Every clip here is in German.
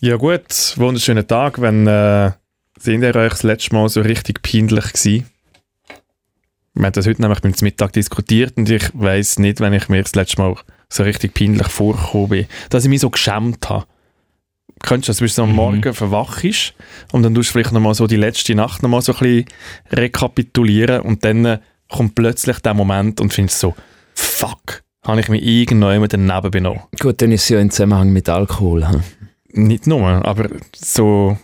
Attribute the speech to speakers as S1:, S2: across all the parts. S1: Ja gut, wunderschönen Tag. Wenn äh, sind ihr euch das letzte Mal so richtig peinlich gewesen? Wir haben das heute nämlich beim Mittag diskutiert und ich weiß nicht, wenn ich mir das letzte Mal so richtig peinlich vorgekommen bin, dass ich mich so geschämt habe. Könntest du das, wenn du so am
S2: Mhm.
S1: Morgen verwach ist und dann tust du vielleicht nochmal so die letzte Nacht nochmal so ein bisschen rekapitulieren und dann äh, kommt plötzlich der Moment und findest so, fuck, habe ich mich irgendwann daneben benommen.
S2: Gut, dann ist es ja im Zusammenhang mit Alkohol. Hm?
S1: Nicht nur, aber so...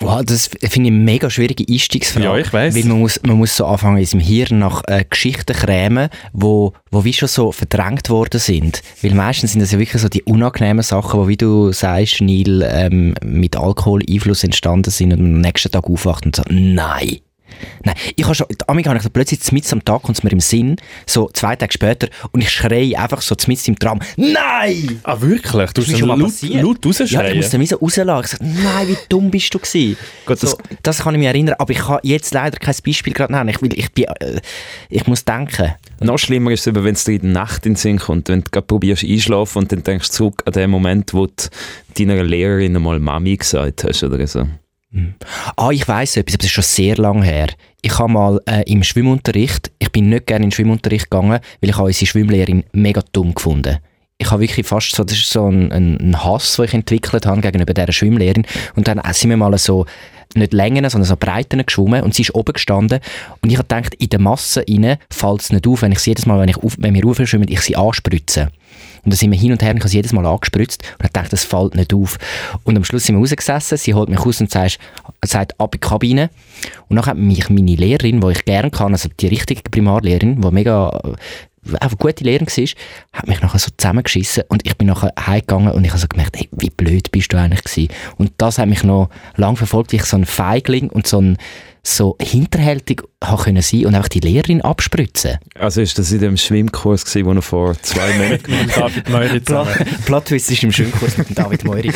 S3: Wow, das f- finde ich eine mega schwierige Einstiegsfrage.
S1: Ja, ich weiss.
S3: Weil man muss, man muss so anfangen, in seinem Hirn nach äh, Geschichten krämen, wo, wo wie schon so verdrängt worden sind. Weil meistens sind das ja wirklich so die unangenehmen Sachen, die, wie du sagst, Neil, ähm, mit Alkoholeinfluss entstanden sind und man am nächsten Tag aufwacht und sagt, nein. Nein, ich habe schon, Amig habe ich so plötzlich mitten am Tag, kommt mir im Sinn, so zwei Tage später, und ich schreie einfach so mitten im Tram, nein!
S1: Ah, wirklich? Du
S3: Ist
S1: hast
S3: mir
S1: dann
S3: schon mal
S1: laut,
S3: passiert.
S1: laut
S3: Ja, ich
S1: rausschreien?
S3: musste mich so rauslassen. Ich sagte, nein, wie dumm bist du gewesen?
S1: Gut,
S3: so, das kann ich mich erinnern, aber ich kann jetzt leider kein Beispiel gerade nennen. Ich, will, ich, bin, äh, ich muss denken.
S2: Noch schlimmer ist es, eben, wenn es dir in der Nacht in den Sinn kommt, wenn du gerade probierst einschlafen und dann denkst du zurück an den Moment, wo du deiner Lehrerin einmal Mami gesagt hast oder so.
S3: Ah, ich weiss etwas, aber das ist schon sehr lange her. Ich habe mal äh, im Schwimmunterricht, ich bin nicht gerne in den Schwimmunterricht gegangen, weil ich habe unsere Schwimmlehrerin mega dumm gefunden. Ich habe wirklich fast so, das ist so ein, ein, ein Hass, den ich entwickelt habe gegenüber dieser Schwimmlehrerin. Und dann äh, sind wir mal so, nicht Längen, sondern so Breiten geschwommen und sie ist oben gestanden und ich habe gedacht, in der Masse rein fällt es nicht auf, wenn ich sie jedes Mal, wenn, ich auf, wenn wir raufschwimmen, ich sie anspritze. Und dann sind wir hin und her und ich habe sie jedes Mal angespritzt und habe gedacht, das fällt nicht auf. Und am Schluss sind wir rausgesessen, sie holt mich raus und sagt, sagt ab in die Kabine. Und dann hat mich meine Lehrerin, die ich gerne kann, also die richtige Primarlehrerin, die mega äh, auch eine gute Lehrerin war, hat mich nachher so zusammengeschissen und ich bin nachher heimgegangen und ich habe so gemerkt, hey, wie blöd bist du eigentlich gewesen. Und das hat mich noch lange verfolgt, wie ich so ein Feigling und so ein so hinterhältig habe können sein und einfach die Lehrerin abspritzen.
S2: Also ist das in dem Schwimmkurs, gewesen, wo er vor zwei Monaten
S1: Und David Meury zusammen.
S3: Plattwitz war im Schwimmkurs mit dem David Meury.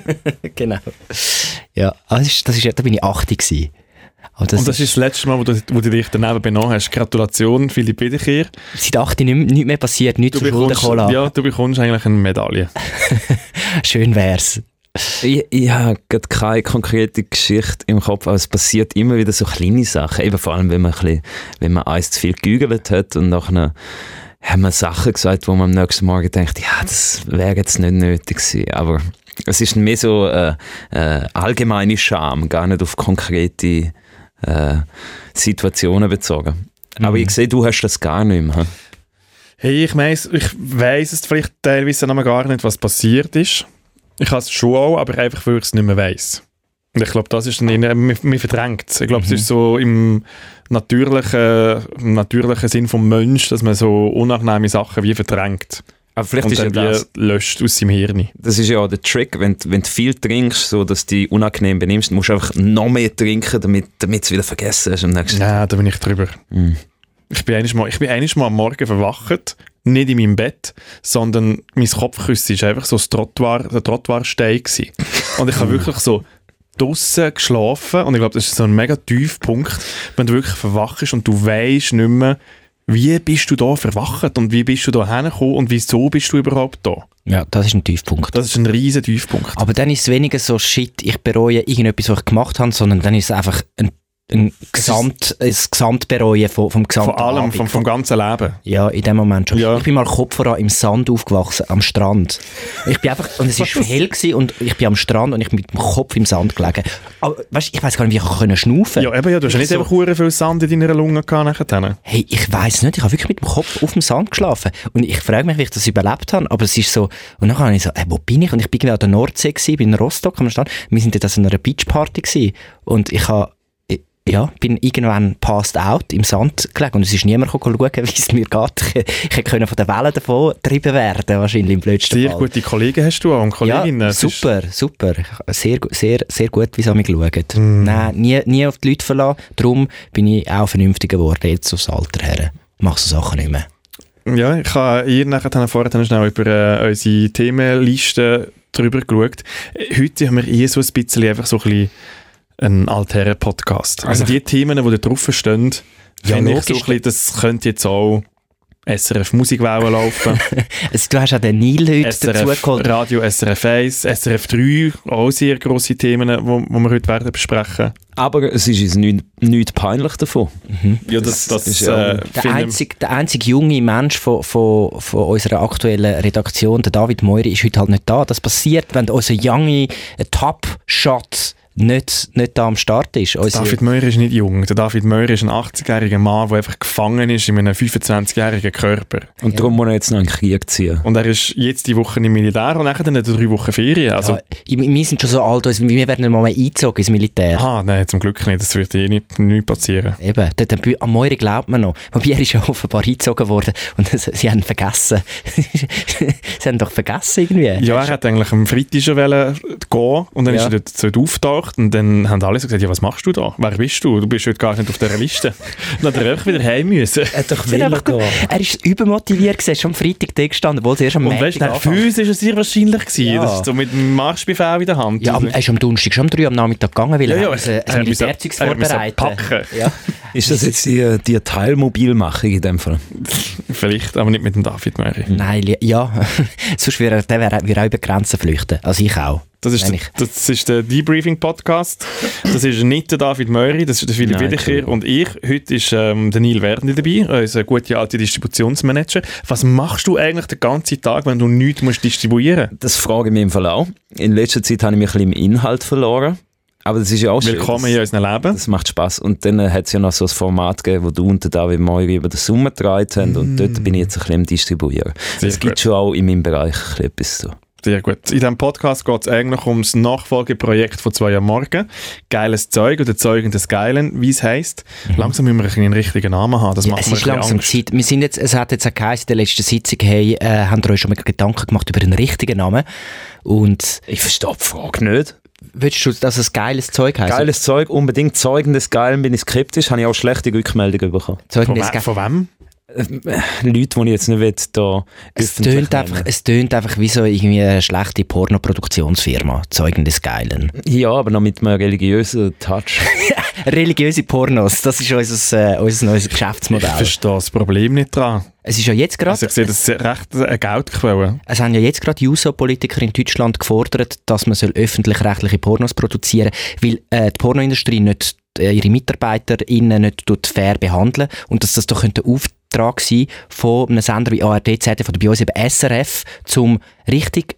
S3: genau. Ja, ah, das ist, das ist, da bin ich 80 gewesen. Aber das,
S1: Und das ist das letzte Mal, wo du, wo du dich daneben benommen hast. Gratulation, Philipp Biederkir.
S3: ist seit 80 nicht, nicht mehr passiert, nichts zu Schulden gekommen.
S1: ja, du bekommst eigentlich eine Medaille.
S3: Schön wär's.
S2: Ich, ich habe gerade keine konkrete Geschichte im Kopf, aber es passiert immer wieder so kleine Sachen. Eben vor allem, wenn man, ein bisschen, wenn man eins zu viel gegügelt hat und nachher haben wir Sachen gesagt, wo man am nächsten Morgen denkt, ja, das wäre jetzt nicht nötig gewesen. Aber es ist mehr so äh, äh, allgemeine Scham, gar nicht auf konkrete äh, Situationen bezogen. Aber ich sehe, du hast das gar nicht mehr.
S1: Hey, ich weiss, ich weiss es vielleicht teilweise noch mal gar nicht, was passiert ist. Ich habe es schon auch, aber einfach, weil ich es nicht mehr weiss. Und ich glaube, das ist dann eher, mir, mir verdrängt es. Ich glaube,
S3: Mhm.
S1: es ist so im natürlichen, im natürlichen Sinn vom Mensch, dass man so unangenehme Sachen wie verdrängt.
S2: Aber vielleicht
S1: Und dann wie löscht aus seinem Hirn.
S2: das ist ja auch der Trick, wenn, du- wenn du viel trinkst, so dass du dich unangenehm benimmst, musst du einfach noch mehr trinken, damit, damit du es wieder vergessen hast am nächsten
S1: Nein, da bin ich drüber.
S2: Mm.
S1: Ich bin einiges mal, ich bin einiges mal am Morgen verwacht, nicht in meinem Bett, sondern mein Kopfkissen war einfach so das Trottoir, der Trottoirstein. gewesen. Und ich habe wirklich so draussen geschlafen und ich glaube, das ist so ein mega tiefer Punkt, wenn du wirklich verwachst und du weißt nicht mehr, wie bist du da verwacht und wie bist du da hergekommen und wieso bist du überhaupt da?
S3: Ja, das ist ein Tiefpunkt.
S1: Das ist ein riesen Tiefpunkt.
S3: Aber dann ist es weniger so, shit, ich bereue irgendetwas, was ich gemacht habe, sondern dann ist es einfach ein, ein, Gesamt, ein Gesamtbereuen vom, vom gesamten
S1: Vor allem
S3: Abend.
S1: vom, vom ganzen Leben.
S3: Ja, in dem Moment schon.
S1: Ja.
S3: Ich bin mal Kopf voran im Sand aufgewachsen, am Strand. Ich bin einfach, und es war hell gewesen und ich bin am Strand und ich bin mit dem Kopf im Sand gelegen. Aber weißt, ich weiß gar nicht, wie ich können schnaufen
S1: Ja, eben, ja, du hast ja nicht
S3: so-
S1: einfach hure viel Sand in deiner Lunge gehabt nachher. ne?
S3: Hey, ich weiß nicht, ich habe wirklich mit dem Kopf auf dem Sand geschlafen. Und ich frage mich, wie ich das überlebt habe, aber es ist so, und dann habe ich so, hey, wo bin ich? Und ich bin genau an der Nordsee gewesen, bin in Rostock am Strand. Wir sind dort an so einer Beachparty gewesen. Und ich habe, ich- ja, bin irgendwann passed out im Sand gelegen und es ist niemand gekommen schauen, wie es mir geht. Ich, ich hätte können von den Wellen davon getrieben werden, wahrscheinlich im blödsten
S1: Sehr
S3: Fall.
S1: gute Kollegen hast du auch und Kolleginnen.
S3: Ja,
S1: Es ist-
S3: super, super. Sehr, gu- sehr, sehr gut, wie sie an mich schauen.
S1: Mm.
S3: Nein, nie, nie auf die Leute verlassen. Darum bin ich auch vernünftiger geworden, jetzt aufs Alter her. Mach so Sachen nicht mehr.
S1: Ja, ich habe ihr nachher dann vorher dann schnell über äh, unsere Themenliste drüber geschaut. Äh, Heute haben wir eh so ein bisschen einfach so ein bisschen einen altären Podcast. Also die Themen, die da drauf stehen,
S3: Also- Ja,
S1: finde ich so ein
S3: logisch.
S1: bisschen, das könnte jetzt auch SRF Musikwellen laufen,
S3: Also, du hast auch den Nil heute
S1: SRF
S3: dazugeholt.
S1: Radio, SRF 1, SRF 3, auch sehr grosse Themen, die wo, wo wir heute werden besprechen.
S2: Aber es ist uns nicht, nicht peinlich davon.
S1: Ja, das,
S2: Das
S1: das,
S2: ist ja-
S1: äh,
S3: Der
S1: finden-
S3: einzige, der einzige junge Mensch von, von, von unserer aktuellen Redaktion, der David Meurer, ist heute halt nicht da. Das passiert, wenn unser junge Top-Shot nicht, nicht da am Start ist. Unsere,
S1: David Meurer ist nicht jung. Der David Meurer ist ein 80-jähriger Mann, der einfach gefangen ist in einem 25-jährigen Körper.
S2: Und darum muss er jetzt noch einen Krieg ziehen.
S1: Und er ist jetzt die Woche im Militär und nachher dann hat er drei Wochen Ferien. Also,
S3: ja, Ah, ich- wir sind schon so alt, also wir werden nicht mal mehr eingezogen ins Militär.
S1: ah, nein, zum Glück nicht. Das würde eh nicht, nicht passieren.
S3: Eben, der, der, Bü- am Meurer glaubt man noch. Wobei er ist ja offenbar eingezogen worden und es- sie haben vergessen. sie haben doch vergessen irgendwie.
S1: Ja, er hat eigentlich am Freitag schon wollen gehen und dann
S3: Ja.
S1: ist er dort, dort aufgetaucht und dann haben alle so gesagt, ja, was machst du da? Wer bist du? Du bist heute gar nicht auf dieser Liste. dann hat er einfach wieder heim müssen.
S2: Er hat doch
S3: Sie sind einfach- Er ist übermotiviert, gewesen, schon am Freitag da gestanden, obwohl es erst am
S1: Und weißt du,
S3: Montag
S1: nach
S3: anfängt.
S1: Füßen war es sehr wahrscheinlich. Gewesen.
S3: Ja.
S1: Das ist so mit dem Marschbefehl in der Hand.
S3: Ja, am- er ist am Donnerstag schon um 3 Uhr am Nachmittag gegangen, weil er hat
S1: er
S3: ein- ein
S1: hat müssen-
S3: Militärzeug
S1: er hat müssen
S3: vorbereitet.
S1: packen.
S3: Ja.
S2: Ist das jetzt die, die Teilmobilmachung in dem Fall?
S1: Vielleicht, aber nicht mit dem David Murray.
S3: Nein, li- ja. Sonst wäre er, der wäre, wäre auch über Grenzen flüchten. Also ich auch.
S1: Das ist,
S3: Wenn
S1: der,
S3: ich-
S1: das ist der Debriefing-Podcast. Das ist nicht der David Murray, das ist der Philipp
S2: Nein,
S1: Wiederkehr und ich. Heute ist ähm, der Neil Werner dabei, unser guter alter Distributionsmanager. Was machst du eigentlich den ganzen Tag, wenn du nichts musst distribuieren
S2: Das frage ich mich im Fall auch. In letzter Zeit habe ich mich ein bisschen im Inhalt verloren. Aber das ist ja auch
S1: musst? Willkommen
S2: schön.
S1: in
S2: Das,
S1: unserem Leben.
S2: das macht Spaß. Und dann äh, hat es ja noch so ein Format gegeben, wo du und der David Moiri über den Sommer gedreht haben. Und dort bin ich jetzt ein bisschen am Distribuieren.
S1: Sehr
S2: Es gibt
S1: gut.
S2: schon auch in meinem Bereich ein bisschen etwas zu. tun.
S1: Sehr gut. In diesem Podcast geht es eigentlich um das Nachfolgeprojekt von zwei am Morgen. Geiles Zeug oder Zeugen des Geilen, wie es heisst. Langsam müssen wir ein bisschen einen richtigen Namen haben. Das
S3: Mhm. Ja,
S1: macht
S3: es
S1: mir ein
S3: ist
S1: bisschen
S3: langsam
S1: Angst.
S3: Zeit. Wir sind jetzt, es hat jetzt auch geheißen in der letzten Sitzung, hey, äh, habt ihr euch schon mal Gedanken gemacht über den richtigen Namen? Und
S2: Ich verstehe die Frage nicht.
S3: willst du, dass es geiles Zeug heisst?
S2: Geiles Zeug, unbedingt Zeugen des Geilen bin ich skeptisch, habe ich auch schlechte Rückmeldungen bekommen.
S3: Zeug
S1: Von,
S3: nicht
S1: we
S3: ge-
S1: von wem?
S2: Leute, die ich jetzt nicht will, da
S3: es
S2: öffentlich
S3: tönt,
S2: nennen.
S3: einfach, es tönt einfach wie so irgendwie eine schlechte Pornoproduktionsfirma. Zeugen des Geilen.
S2: Ja, aber noch mit einem religiösen Touch.
S3: Religiöse Pornos, das ist unser, äh, unser neues Geschäftsmodell.
S1: Ich verstehe das Problem nicht dran.
S3: Es ist ja jetzt gerade,
S1: Also ich sehe das recht eine Geldquelle.
S3: es haben ja jetzt gerade JUSO-Politiker in Deutschland gefordert, dass man soll öffentlich-rechtliche Pornos produzieren, weil äh, die Pornoindustrie nicht äh, ihre MitarbeiterInnen nicht tut fair behandeln und dass das doch könnte ein Auftrag sein von einem Sender wie ARD, ZDF oder bei uns eben SRF, zum richtig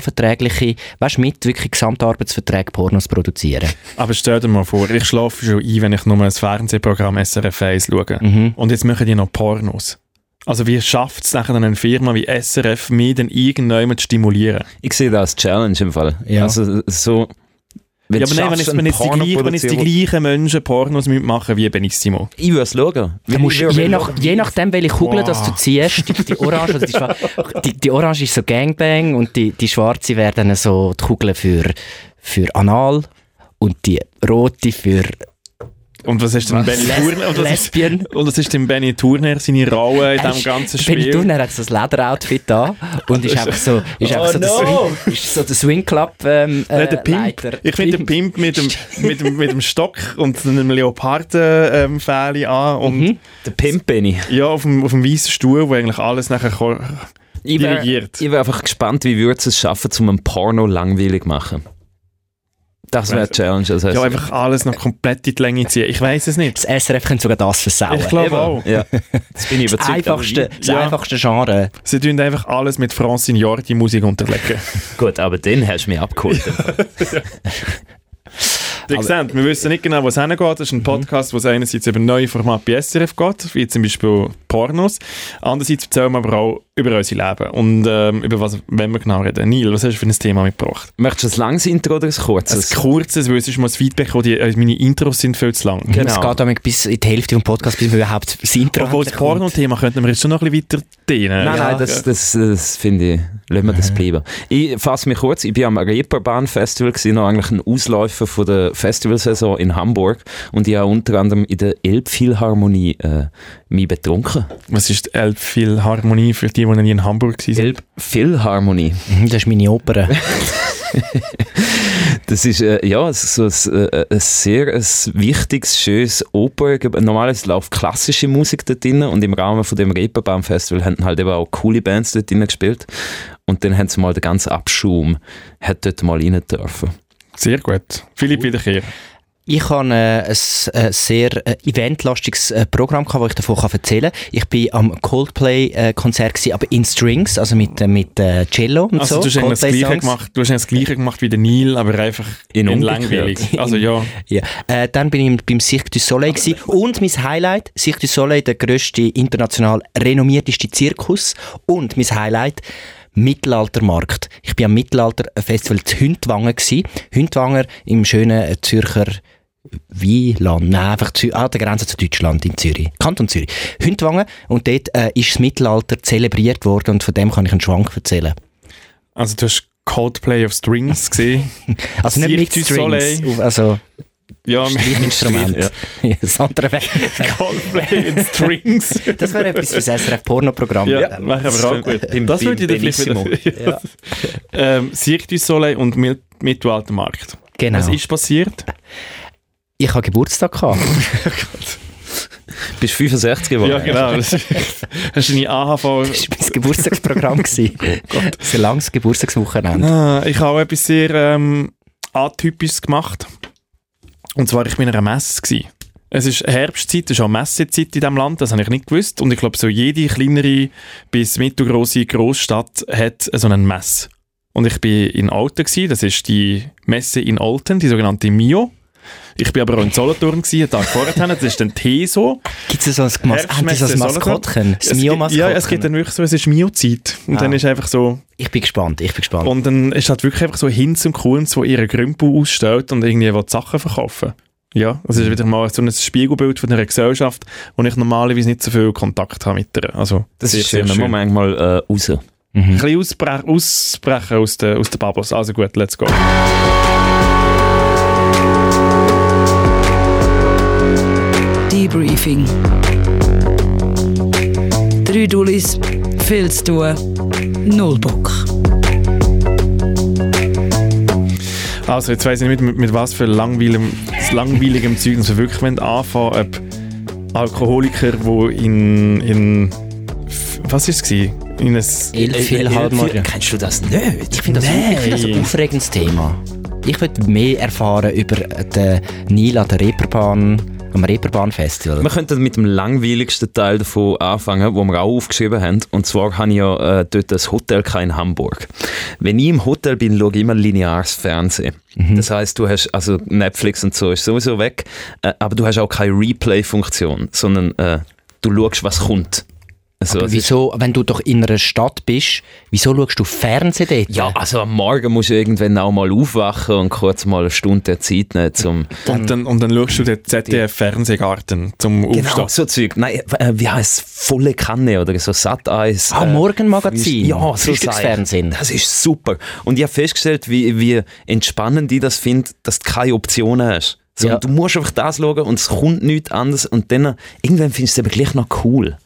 S3: sozialverträgliche, weißt mit wirklich Gesamtarbeitsverträge Pornos produzieren.
S1: Aber stell dir mal vor, ich schlafe schon ein, wenn ich nur ein Fernsehprogramm SRF 1 schaue. Und jetzt machen die noch Pornos. Also wie schafft es nachher eine Firma wie SRF, mich dann irgendjemand zu stimulieren?
S2: Ich sehe das als Challenge im Fall.
S3: Ja.
S2: Also so...
S1: ja, aber nein, wenn jetzt, wenn, jetzt die gleich, wenn jetzt die gleichen Menschen Pornos machen wie Benissimo.
S2: Ich würde es schauen.
S3: Du
S2: Weil
S3: musst,
S2: ich würde-
S3: je, nach, je nachdem, welche Kugel
S1: Wow.
S3: das du ziehst, die, die, Orange, also die, schwa- die, die Orange ist so Gangbang und die, die Schwarze wäre dann so die Kugel für, für Anal und die Rote für
S1: Und was ist denn Benny Turner? Und das ist,
S3: Lesbien.
S1: und das ist denn Benny Turner, seine Rolle in
S3: Er
S1: diesem
S3: ist-
S1: ganzen
S3: Benny
S1: Spiel?
S3: Turner hat so ein Lederoutfit an und ist einfach so, ist einfach so, der, Swing, ist so der Swing Club ähm, äh,
S1: Oh Nein, der Pimp.
S3: Leiter.
S1: Ich finde den Pimp mit dem, mit, dem, mit dem Stock und einem Leoparden-Fähli an und
S2: Der Pimp bin ich.
S1: ja, auf dem, auf dem weißen Stuhl, wo eigentlich alles nachher ko-
S2: Ich wäre
S1: dirigiert.
S2: ich wär einfach gespannt, wie würde es schaffen, um einen Porno langweilig zu machen. Das wäre die Challenge. Also
S1: Ja, einfach alles noch komplett in die Länge ziehen. Ich weiß es nicht.
S3: Das SRF könnte sogar das versauen.
S1: Ich glaube auch.
S2: ja. Das bin ich
S3: das
S2: überzeugt. aber
S3: einfachste, das
S1: Ja.
S3: einfachste Genre.
S1: Sie tun einfach alles mit Francine Jordi Musik unterlegen.
S2: wie- Gut, aber den hast du mich abgeholt.
S1: Wie gesagt, wir wissen nicht genau, wo es hingeht. Das ist ein Podcast, wo es einerseits über neue Formate bei SRF geht, wie zum Beispiel Pornos. Andererseits erzählen wir aber auch über unser Leben und ähm, über was wenn wir genau reden. Neil, was hast du für ein Thema mitgebracht?
S2: Möchtest du ein langes Intro oder ein
S1: Ein
S2: kurzes?
S1: kurzes, weil es ist mal das Feedback, gekommen, die, äh, meine Intros sind viel zu lang.
S2: Genau.
S3: Es geht damit bis in die Hälfte vom Podcast, bis wir überhaupt das Intro
S1: Obwohl das
S3: endlich kommt.
S1: Porno-Thema könnten wir jetzt schon noch ein bisschen weiter dehnen.
S2: Nein,
S3: Ja.
S2: nein, das, das, das finde ich, lassen wir das bleiben. Ich fasse mich kurz, ich war am Reeperbahn-Festival, gewesen, noch eigentlich ein Ausläufer von der Festivalsaison in Hamburg und ich habe unter anderem in der Elbphilharmonie äh, mich betrunken.
S1: Was ist die Elbphilharmonie für die, die noch nie in Hamburg waren?
S2: Elbphilharmonie.
S3: Mhm, Das ist meine Oper.
S2: Das ist äh, ja es ist so ein, äh, ein sehr ein wichtiges, schönes Oper. Normalerweise läuft klassische Musik dort drin und im Rahmen von dem Reeperbahn-Festival haben halt eben auch coole Bands dort drin gespielt. Und dann haben sie mal den ganzen Abschaum hat dort mal rein dürfen.
S1: Sehr gut. Philipp Wiederkehr.
S3: Ich habe äh, ein äh, sehr äh, eventlastiges äh, Programm, gehabt, wo ich davon kann erzählen kann. Ich war am Coldplay-Konzert, gewesen, aber in Strings, also mit, äh, mit äh, Cello und
S1: Also du,
S3: so.
S1: hast eigentlich das Gleiche
S3: Coldplay-Songs.
S1: gemacht, du hast eigentlich das Gleiche gemacht wie der Neil, aber einfach
S2: In umgekehrt.
S1: langweilig. Also ja,
S3: Ja. Äh, dann bin ich beim Cirque du Soleil gewesen. und mein Highlight, Cirque du Soleil, der grösste international renommierteste Zirkus und mein Highlight, Mittelaltermarkt. Ich bin am Mittelalterfestival zu Hündwangen gsi. Hündwanger im schönen äh, Zürcher Wieland, nein, einfach Zü ah, an der Grenze zu Deutschland in Zürich, Kanton Zürich. Hündwangen und dort äh, ist das Mittelalter zelebriert worden und von dem kann ich einen Schwank erzählen.
S1: also du hast Coldplay auf Strings gesehen.
S3: Also nicht mit
S1: Cirque du
S3: Strings,
S1: Soleil.
S3: auf- also
S1: Ja,
S3: Instrument. Das andere wäre
S1: Coldplay in Strings.
S3: Das wäre etwas für das SRF Pornoprogramm. Ähm,
S1: Ja, mache ich aber auch gut.
S2: Beim-
S1: das
S2: beim
S1: würde ich dir
S2: Bellissimo.
S1: vielleicht wieder... ähm, Cirque du Soleil und Mil- Mittelaltermarkt.
S3: Genau.
S1: Was ist passiert?
S3: ich habe Geburtstag gehabt.
S2: Bist 65 geworden?
S1: Ja, genau. Das ist, hast du deine AHV...
S3: Das war mein Geburtstagsprogramm. gewesen.
S1: Oh
S3: Das war ein langes Geburtstagswochenende.
S1: Ah, ich habe auch etwas sehr ähm, atypisches gemacht. Und zwar, ich war in einer Messe. Gewesen. Es ist Herbstzeit, es ist auch Messezeit in diesem Land, das habe ich nicht gewusst. Und ich glaube, so jede kleinere bis mittelgroße Großstadt hat so einen Mess. Und ich bin in Alten, gewesen. das ist die Messe in Alten, die sogenannte Mio. Ich bin aber auch in Solothurn, gewesen, einen Tag vorher, das ist ein Teso.
S3: Gibt es so ein, Mas haben die so ein
S1: Herbstmesse,
S3: Maskottchen? Das
S1: Es gibt-
S3: Mio-Maskottchen?
S1: Ja, es gibt dann wirklich so, es ist Mio-Zeit. Und
S3: Ah.
S1: dann ist einfach so,
S3: ich bin gespannt, ich bin gespannt.
S1: und dann ist halt wirklich einfach so Hinz und Kunz, wo ihre Grümpel ausstellt und irgendwie will Sachen verkaufen. Ja, das ist wieder mal so ein Spiegelbild von einer Gesellschaft, wo ich normalerweise nicht so viel Kontakt habe mit der. Also,
S2: Das
S1: sehr,
S2: ist
S1: sehr
S2: schön, wenn man manchmal äh, raus.
S1: Ein bisschen ausbre ausbrechen aus den aus der Babos. Also gut, let's go.
S4: Debriefing. Drei Dullis, viel zu tun, null Bock.
S1: Also, jetzt weiss ich nicht, mit, mit was für langweiligem, langweiligem Zeug dass wir wirklich wollen anfangen ob Alkoholiker, die in, in. f- Was war es? gewesen? In ein.
S3: Elf, viel, halb morgen.
S2: Kennst du das nicht?
S3: Ich finde das, ich finde das ein
S1: Nein.
S3: aufregendes Thema. Ich würde mehr erfahren über den Nil an der Reeperbahn, am Reeperbahn-Festival.
S2: Wir könnten mit dem langweiligsten Teil davon anfangen, wo wir auch aufgeschrieben haben. Und zwar habe ich ja äh, dort ein Hotel gehabt in Hamburg. Wenn ich im Hotel bin, schaue ich immer lineares Fernsehen. Das heißt, du hast, also Netflix und so ist sowieso weg, äh, aber du hast auch keine Replay-Funktion, sondern äh, du schaust, was kommt. Also,
S3: Aber
S2: es ist-
S3: wieso, wenn du doch in einer Stadt bist, wieso schaust du Fernsehen dort?
S2: ja, also am Morgen musst du irgendwann auch mal aufwachen und kurz mal eine Stunde Zeit nehmen, um
S1: Und dann, und dann schaust du den ZDF-Fernsehgarten zum
S2: Genau,
S1: Aufstehen.
S2: so Zeug. Nein, äh, wie heißt Volle Kanne oder so äh, Sat-Eis.
S1: äh,
S3: Ah, Morgenmagazin.
S2: Ja, so
S3: Frühstücksfernsehen.
S2: Sachen. Das ist super. Und ich habe festgestellt, wie, wie entspannend ich das finde, dass du keine Optionen hast. So,
S3: Ja.
S2: Du musst einfach das schauen und es kommt nichts anderes und dann irgendwann findest du es eben gleich noch cool.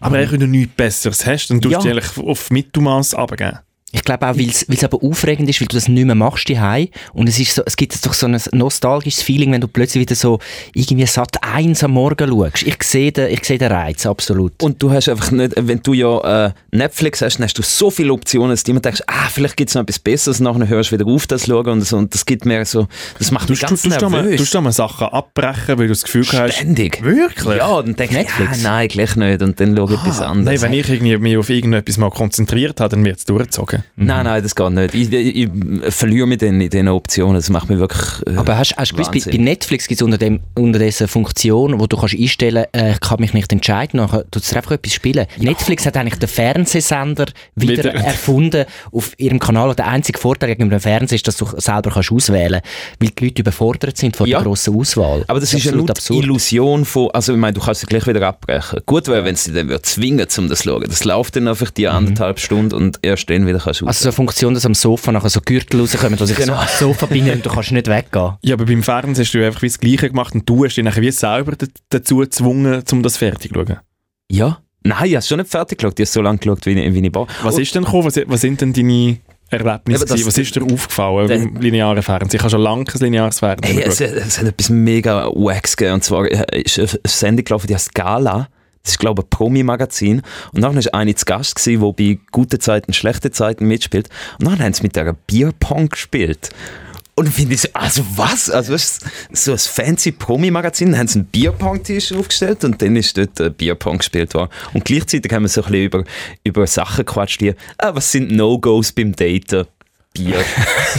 S1: Aber eigentlich, wenn du nichts Besseres hast, dann tust
S2: Ja.
S1: du dich eigentlich auf Mittelmaß abgeben.
S3: Ich glaube auch, weil es aber aufregend ist, weil du das nicht mehr machst daheim. Und es, ist so, es gibt doch so ein nostalgisches Feeling, wenn du plötzlich wieder so irgendwie satt eins am Morgen schaust. Ich sehe den, ich sehe den Reiz, absolut.
S2: Und du hast einfach nicht, wenn du ja äh, Netflix hast, dann hast du so viele Optionen, dass du immer denkst, ah, vielleicht gibt es noch etwas Besseres, nachher hörst du wieder auf, das schauen und so. Und das gibt mir so, das macht
S1: Du
S2: mich ganz
S1: tust da mal,
S2: nervös.
S1: tust da mal Sachen abbrechen, weil du das Gefühl hast...
S2: Ständig.
S1: Wirklich? Ah,
S2: Ja, dann denke ich, ah,
S3: Netflix?
S2: nein, gleich nicht. Und dann schaue ich etwas
S1: Nein,
S2: anderes.
S1: wenn ich irgendwie mich auf irgendetwas mal konzentriert habe, dann wird es durchgezogen.
S3: Mhm.
S2: nein, nein, das geht nicht. Ich, ich, ich verliere mich dann in diesen Optionen. Das macht mich wirklich... Äh,
S3: aber hast, hast du gewusst, bei,
S2: Wahnsinn.
S3: bei Netflix gibt es unter dem, unterdessen eine Funktion, wo du kannst einstellen kannst, äh, ich kann mich nicht entscheiden, nachher tut es einfach etwas spielen. Netflix hat eigentlich den Fernsehsender wieder,
S1: Wieder.
S3: erfunden auf ihrem Kanal. Und der einzige Vorteil gegenüber dem Fernsehen ist, dass du selber kannst auswählen kannst, weil die Leute überfordert sind von
S2: Ja.
S3: der grossen Auswahl.
S2: aber das ist ja nur
S3: absolut absurd.
S2: die Illusion von, also ich meine, du kannst es gleich wieder abbrechen. Gut wäre, wenn sie dann würde zwingen, um das zu schauen. Das läuft dann einfach die anderthalb Stunden und erst dann wieder kannst du
S3: Mhm. Also so eine Funktion, dass am Sofa nachher so Gürtel rauskommen, dass ich so am Sofa bin und du kannst nicht weggehen.
S1: Ja, aber beim Fernsehen hast du einfach wie das Gleiche gemacht und du hast dich nachher wie selber d- dazu gezwungen, um das fertig zu schauen.
S2: Ja. Nein, ich habe es schon nicht fertig geschaut. Ich habe so lange geschaut, wie ich, wie ich war.
S1: Was ist denn gekommen? Was, was sind denn deine Erlebnis
S2: Oh. Eben, das-
S1: gewesen? Was ist dir aufgefallen
S2: Der-
S1: im linearen Fernsehen? Ich habe schon lange kein lineares Fernsehen
S2: Hey,
S1: mehr
S2: es,
S1: geschaut.
S2: es hat etwas mega Wax gegeben. Und zwar äh, ist eine Sendung gelaufen, die heißt Gala. Das ist, glaube ich, ein Promi-Magazin. Und dann war eine zu Gast, gewesen, wo bei guten Zeiten, schlechten Zeiten mitspielt. Und dann haben sie mit der Bierpong gespielt. Und finde ich so, also was? Also weißt, du, so ein fancy Promi-Magazin, dann haben sie einen Bierpong-Tisch aufgestellt und dann ist dort äh, Bierpong gespielt worden. Und gleichzeitig haben wir so ein bisschen über, über Sachen gequatscht, wie, ah, was sind No-Gos beim Daten? Bier.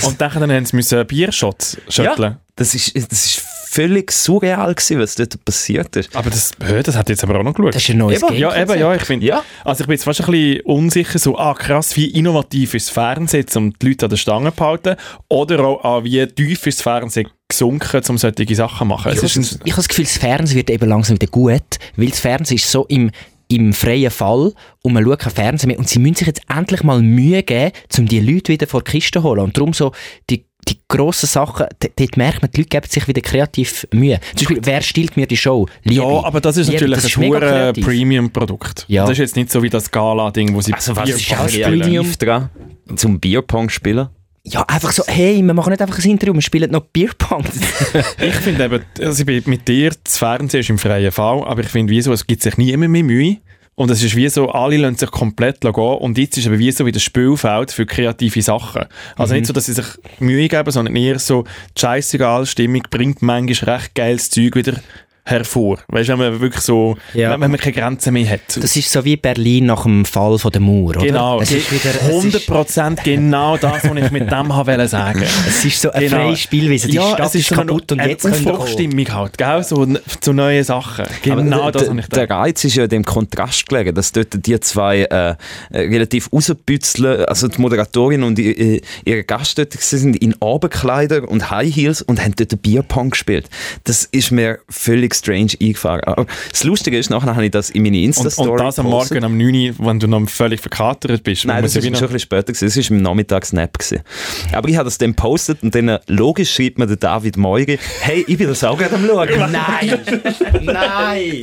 S1: Und dann haben sie müssen Biershots schütteln.
S2: Ja, das ist, das ist völlig surreal gewesen, was dort passiert ist.
S1: Aber das, hä, das hat jetzt aber auch noch geschaut.
S3: Das ist ein neues
S2: Eben,
S3: Game.
S1: ja, eben, ja, ich finde,
S2: Ja.
S1: also ich bin jetzt fast ein bisschen unsicher, so, ah krass, wie innovativ ist das Fernsehen, um die Leute an der Stange zu behalten, oder auch, ah, wie tief ist das Fernsehen gesunken, um solche Sachen zu machen. Es ist ein,
S3: Ich habe das Gefühl, das Fernsehen wird eben langsam wieder gut, weil das Fernsehen ist so im, im freien Fall und man schaut kein Fernsehen mehr. Und sie müssen sich jetzt endlich mal Mühe geben, um die Leute wieder vor die Kiste zu holen. Und darum so die, die grossen Sachen, d- dort merkt man, die Leute geben sich wieder kreativ Mühe. Zum Beispiel, wer stiehlt mir die Show? Liebe.
S1: ja, aber das ist
S3: Liebe,
S1: natürlich
S3: das ist
S1: ein
S3: mega
S1: hoher
S3: kreativ.
S1: Premium-Produkt.
S3: Ja.
S1: Das ist jetzt nicht so wie das Gala-Ding, wo sie
S2: Also was
S1: Bier
S2: ist
S1: spielen.
S2: Premium dran, zum Bierpong spielen?
S3: Ja, einfach so, hey, wir machen nicht einfach ein Interview, wir spielen noch Beerpong.
S1: Ich finde eben, also ich bin mit dir, das Fernsehen ist im freien Fall, aber ich finde, wieso, es gibt sich niemand mehr Mühe. Und es ist wie so, alle lassen sich komplett gehen und jetzt ist aber wie so wie das Spielfeld für kreative Sachen. Also
S3: Mhm.
S1: nicht so, dass sie sich Mühe geben, sondern eher so, die scheissegal Stimmung bringt manchmal recht geiles Zeug wieder hervor. Weißt du, wenn man wirklich so,
S3: Ja.
S1: wenn, wenn man keine Grenzen mehr hat.
S3: Das ist so wie Berlin nach dem Fall von der Mauer, oder?
S1: genau,
S3: Es ist wieder, es ist,
S1: 100% genau das, was ich mit dem habe wollen sagen
S3: es ist so eine
S1: Genau.
S3: freie Spielweise, die Stadt ist,
S1: so eine-
S3: kaputt und
S1: eine
S3: jetzt können wir kommen.
S1: Aufbruchstimmung halt, gell? So, n- zu neuen Sachen. Genau
S2: Aber
S1: das
S2: der-
S1: habe ich
S2: Der
S1: gedacht.
S2: Reiz ist ja dem Kontrast gelegen, dass dort die zwei äh, äh, relativ rausbützeln, also die Moderatorin und i- i- ihre Gast dort gewesen sind in Abendkleider und High Heels und haben dort Bierpong gespielt. Das ist mir völlig strange eingefahren. Aber das Lustige ist, nachher habe ich das in meine
S1: Und,
S2: Insta-Story
S1: und das am
S2: gepostet.
S1: Morgen um 9 Uhr, wenn du noch völlig verkatert bist.
S2: Nein,
S1: muss ja
S2: das war schon
S1: wieder-
S2: ein bisschen später. gewesen. Es war im Nachmittagsnap. gewesen. Aber ich habe das dann gepostet und dann äh, logisch schreibt mir der David Meury, hey, ich bin das auch gerade am Schauen.
S3: Nein! Nein!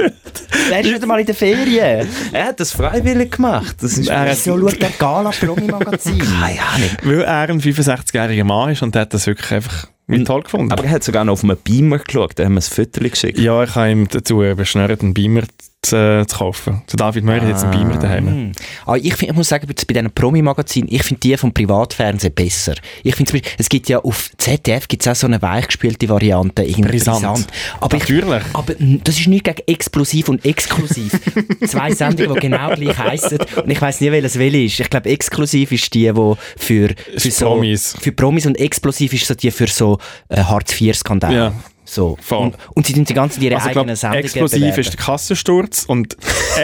S3: Der ist wieder mal in der Ferien. Äh,
S2: er hat das freiwillig gemacht. Das ist
S1: Er hat-
S3: So schaut der Gala Promi-Magazin.
S2: keine Ahnung.
S1: weil er ein 65-jähriger Mann ist und der hat das wirklich einfach wie toll gefunden.
S2: Aber er hat sogar noch auf einen Beamer geschaut, da haben wir ein Viertel geschickt.
S1: ja, ich habe ihm dazu beschnürt, einen Beamer zu, äh, zu kaufen. Zu David Möhr hat jetzt einen
S3: Ah.
S1: Beamer daheim.
S3: Aber ich, find, ich muss sagen, bei bei diesen Promi-Magazinen, ich finde die vom Privatfernsehen besser. Ich finde zum Beispiel, es gibt ja auf ZDF gibt's auch so eine weichgespülte Variante. irgendwie
S1: Brisant.
S3: Aber ich,
S1: Natürlich.
S3: aber mm, das ist nicht gegen explosiv und exklusiv. Zwei Sendungen, die genau gleich heissen. Und ich weiß nie, welches welche ist. Ich glaube, exklusiv ist die, die für, für
S1: Ist Promis.
S3: Für Promis und explosiv ist so die für so äh, Hartz-IV-Skandal.
S1: Ja.
S3: So.
S1: Voll.
S3: Und, und sie tun die ganzen ihre
S1: Also ich
S3: eigenen
S1: glaube,
S3: Sendungen.
S1: explosiv
S3: bewerben.
S1: ist der Kassensturz und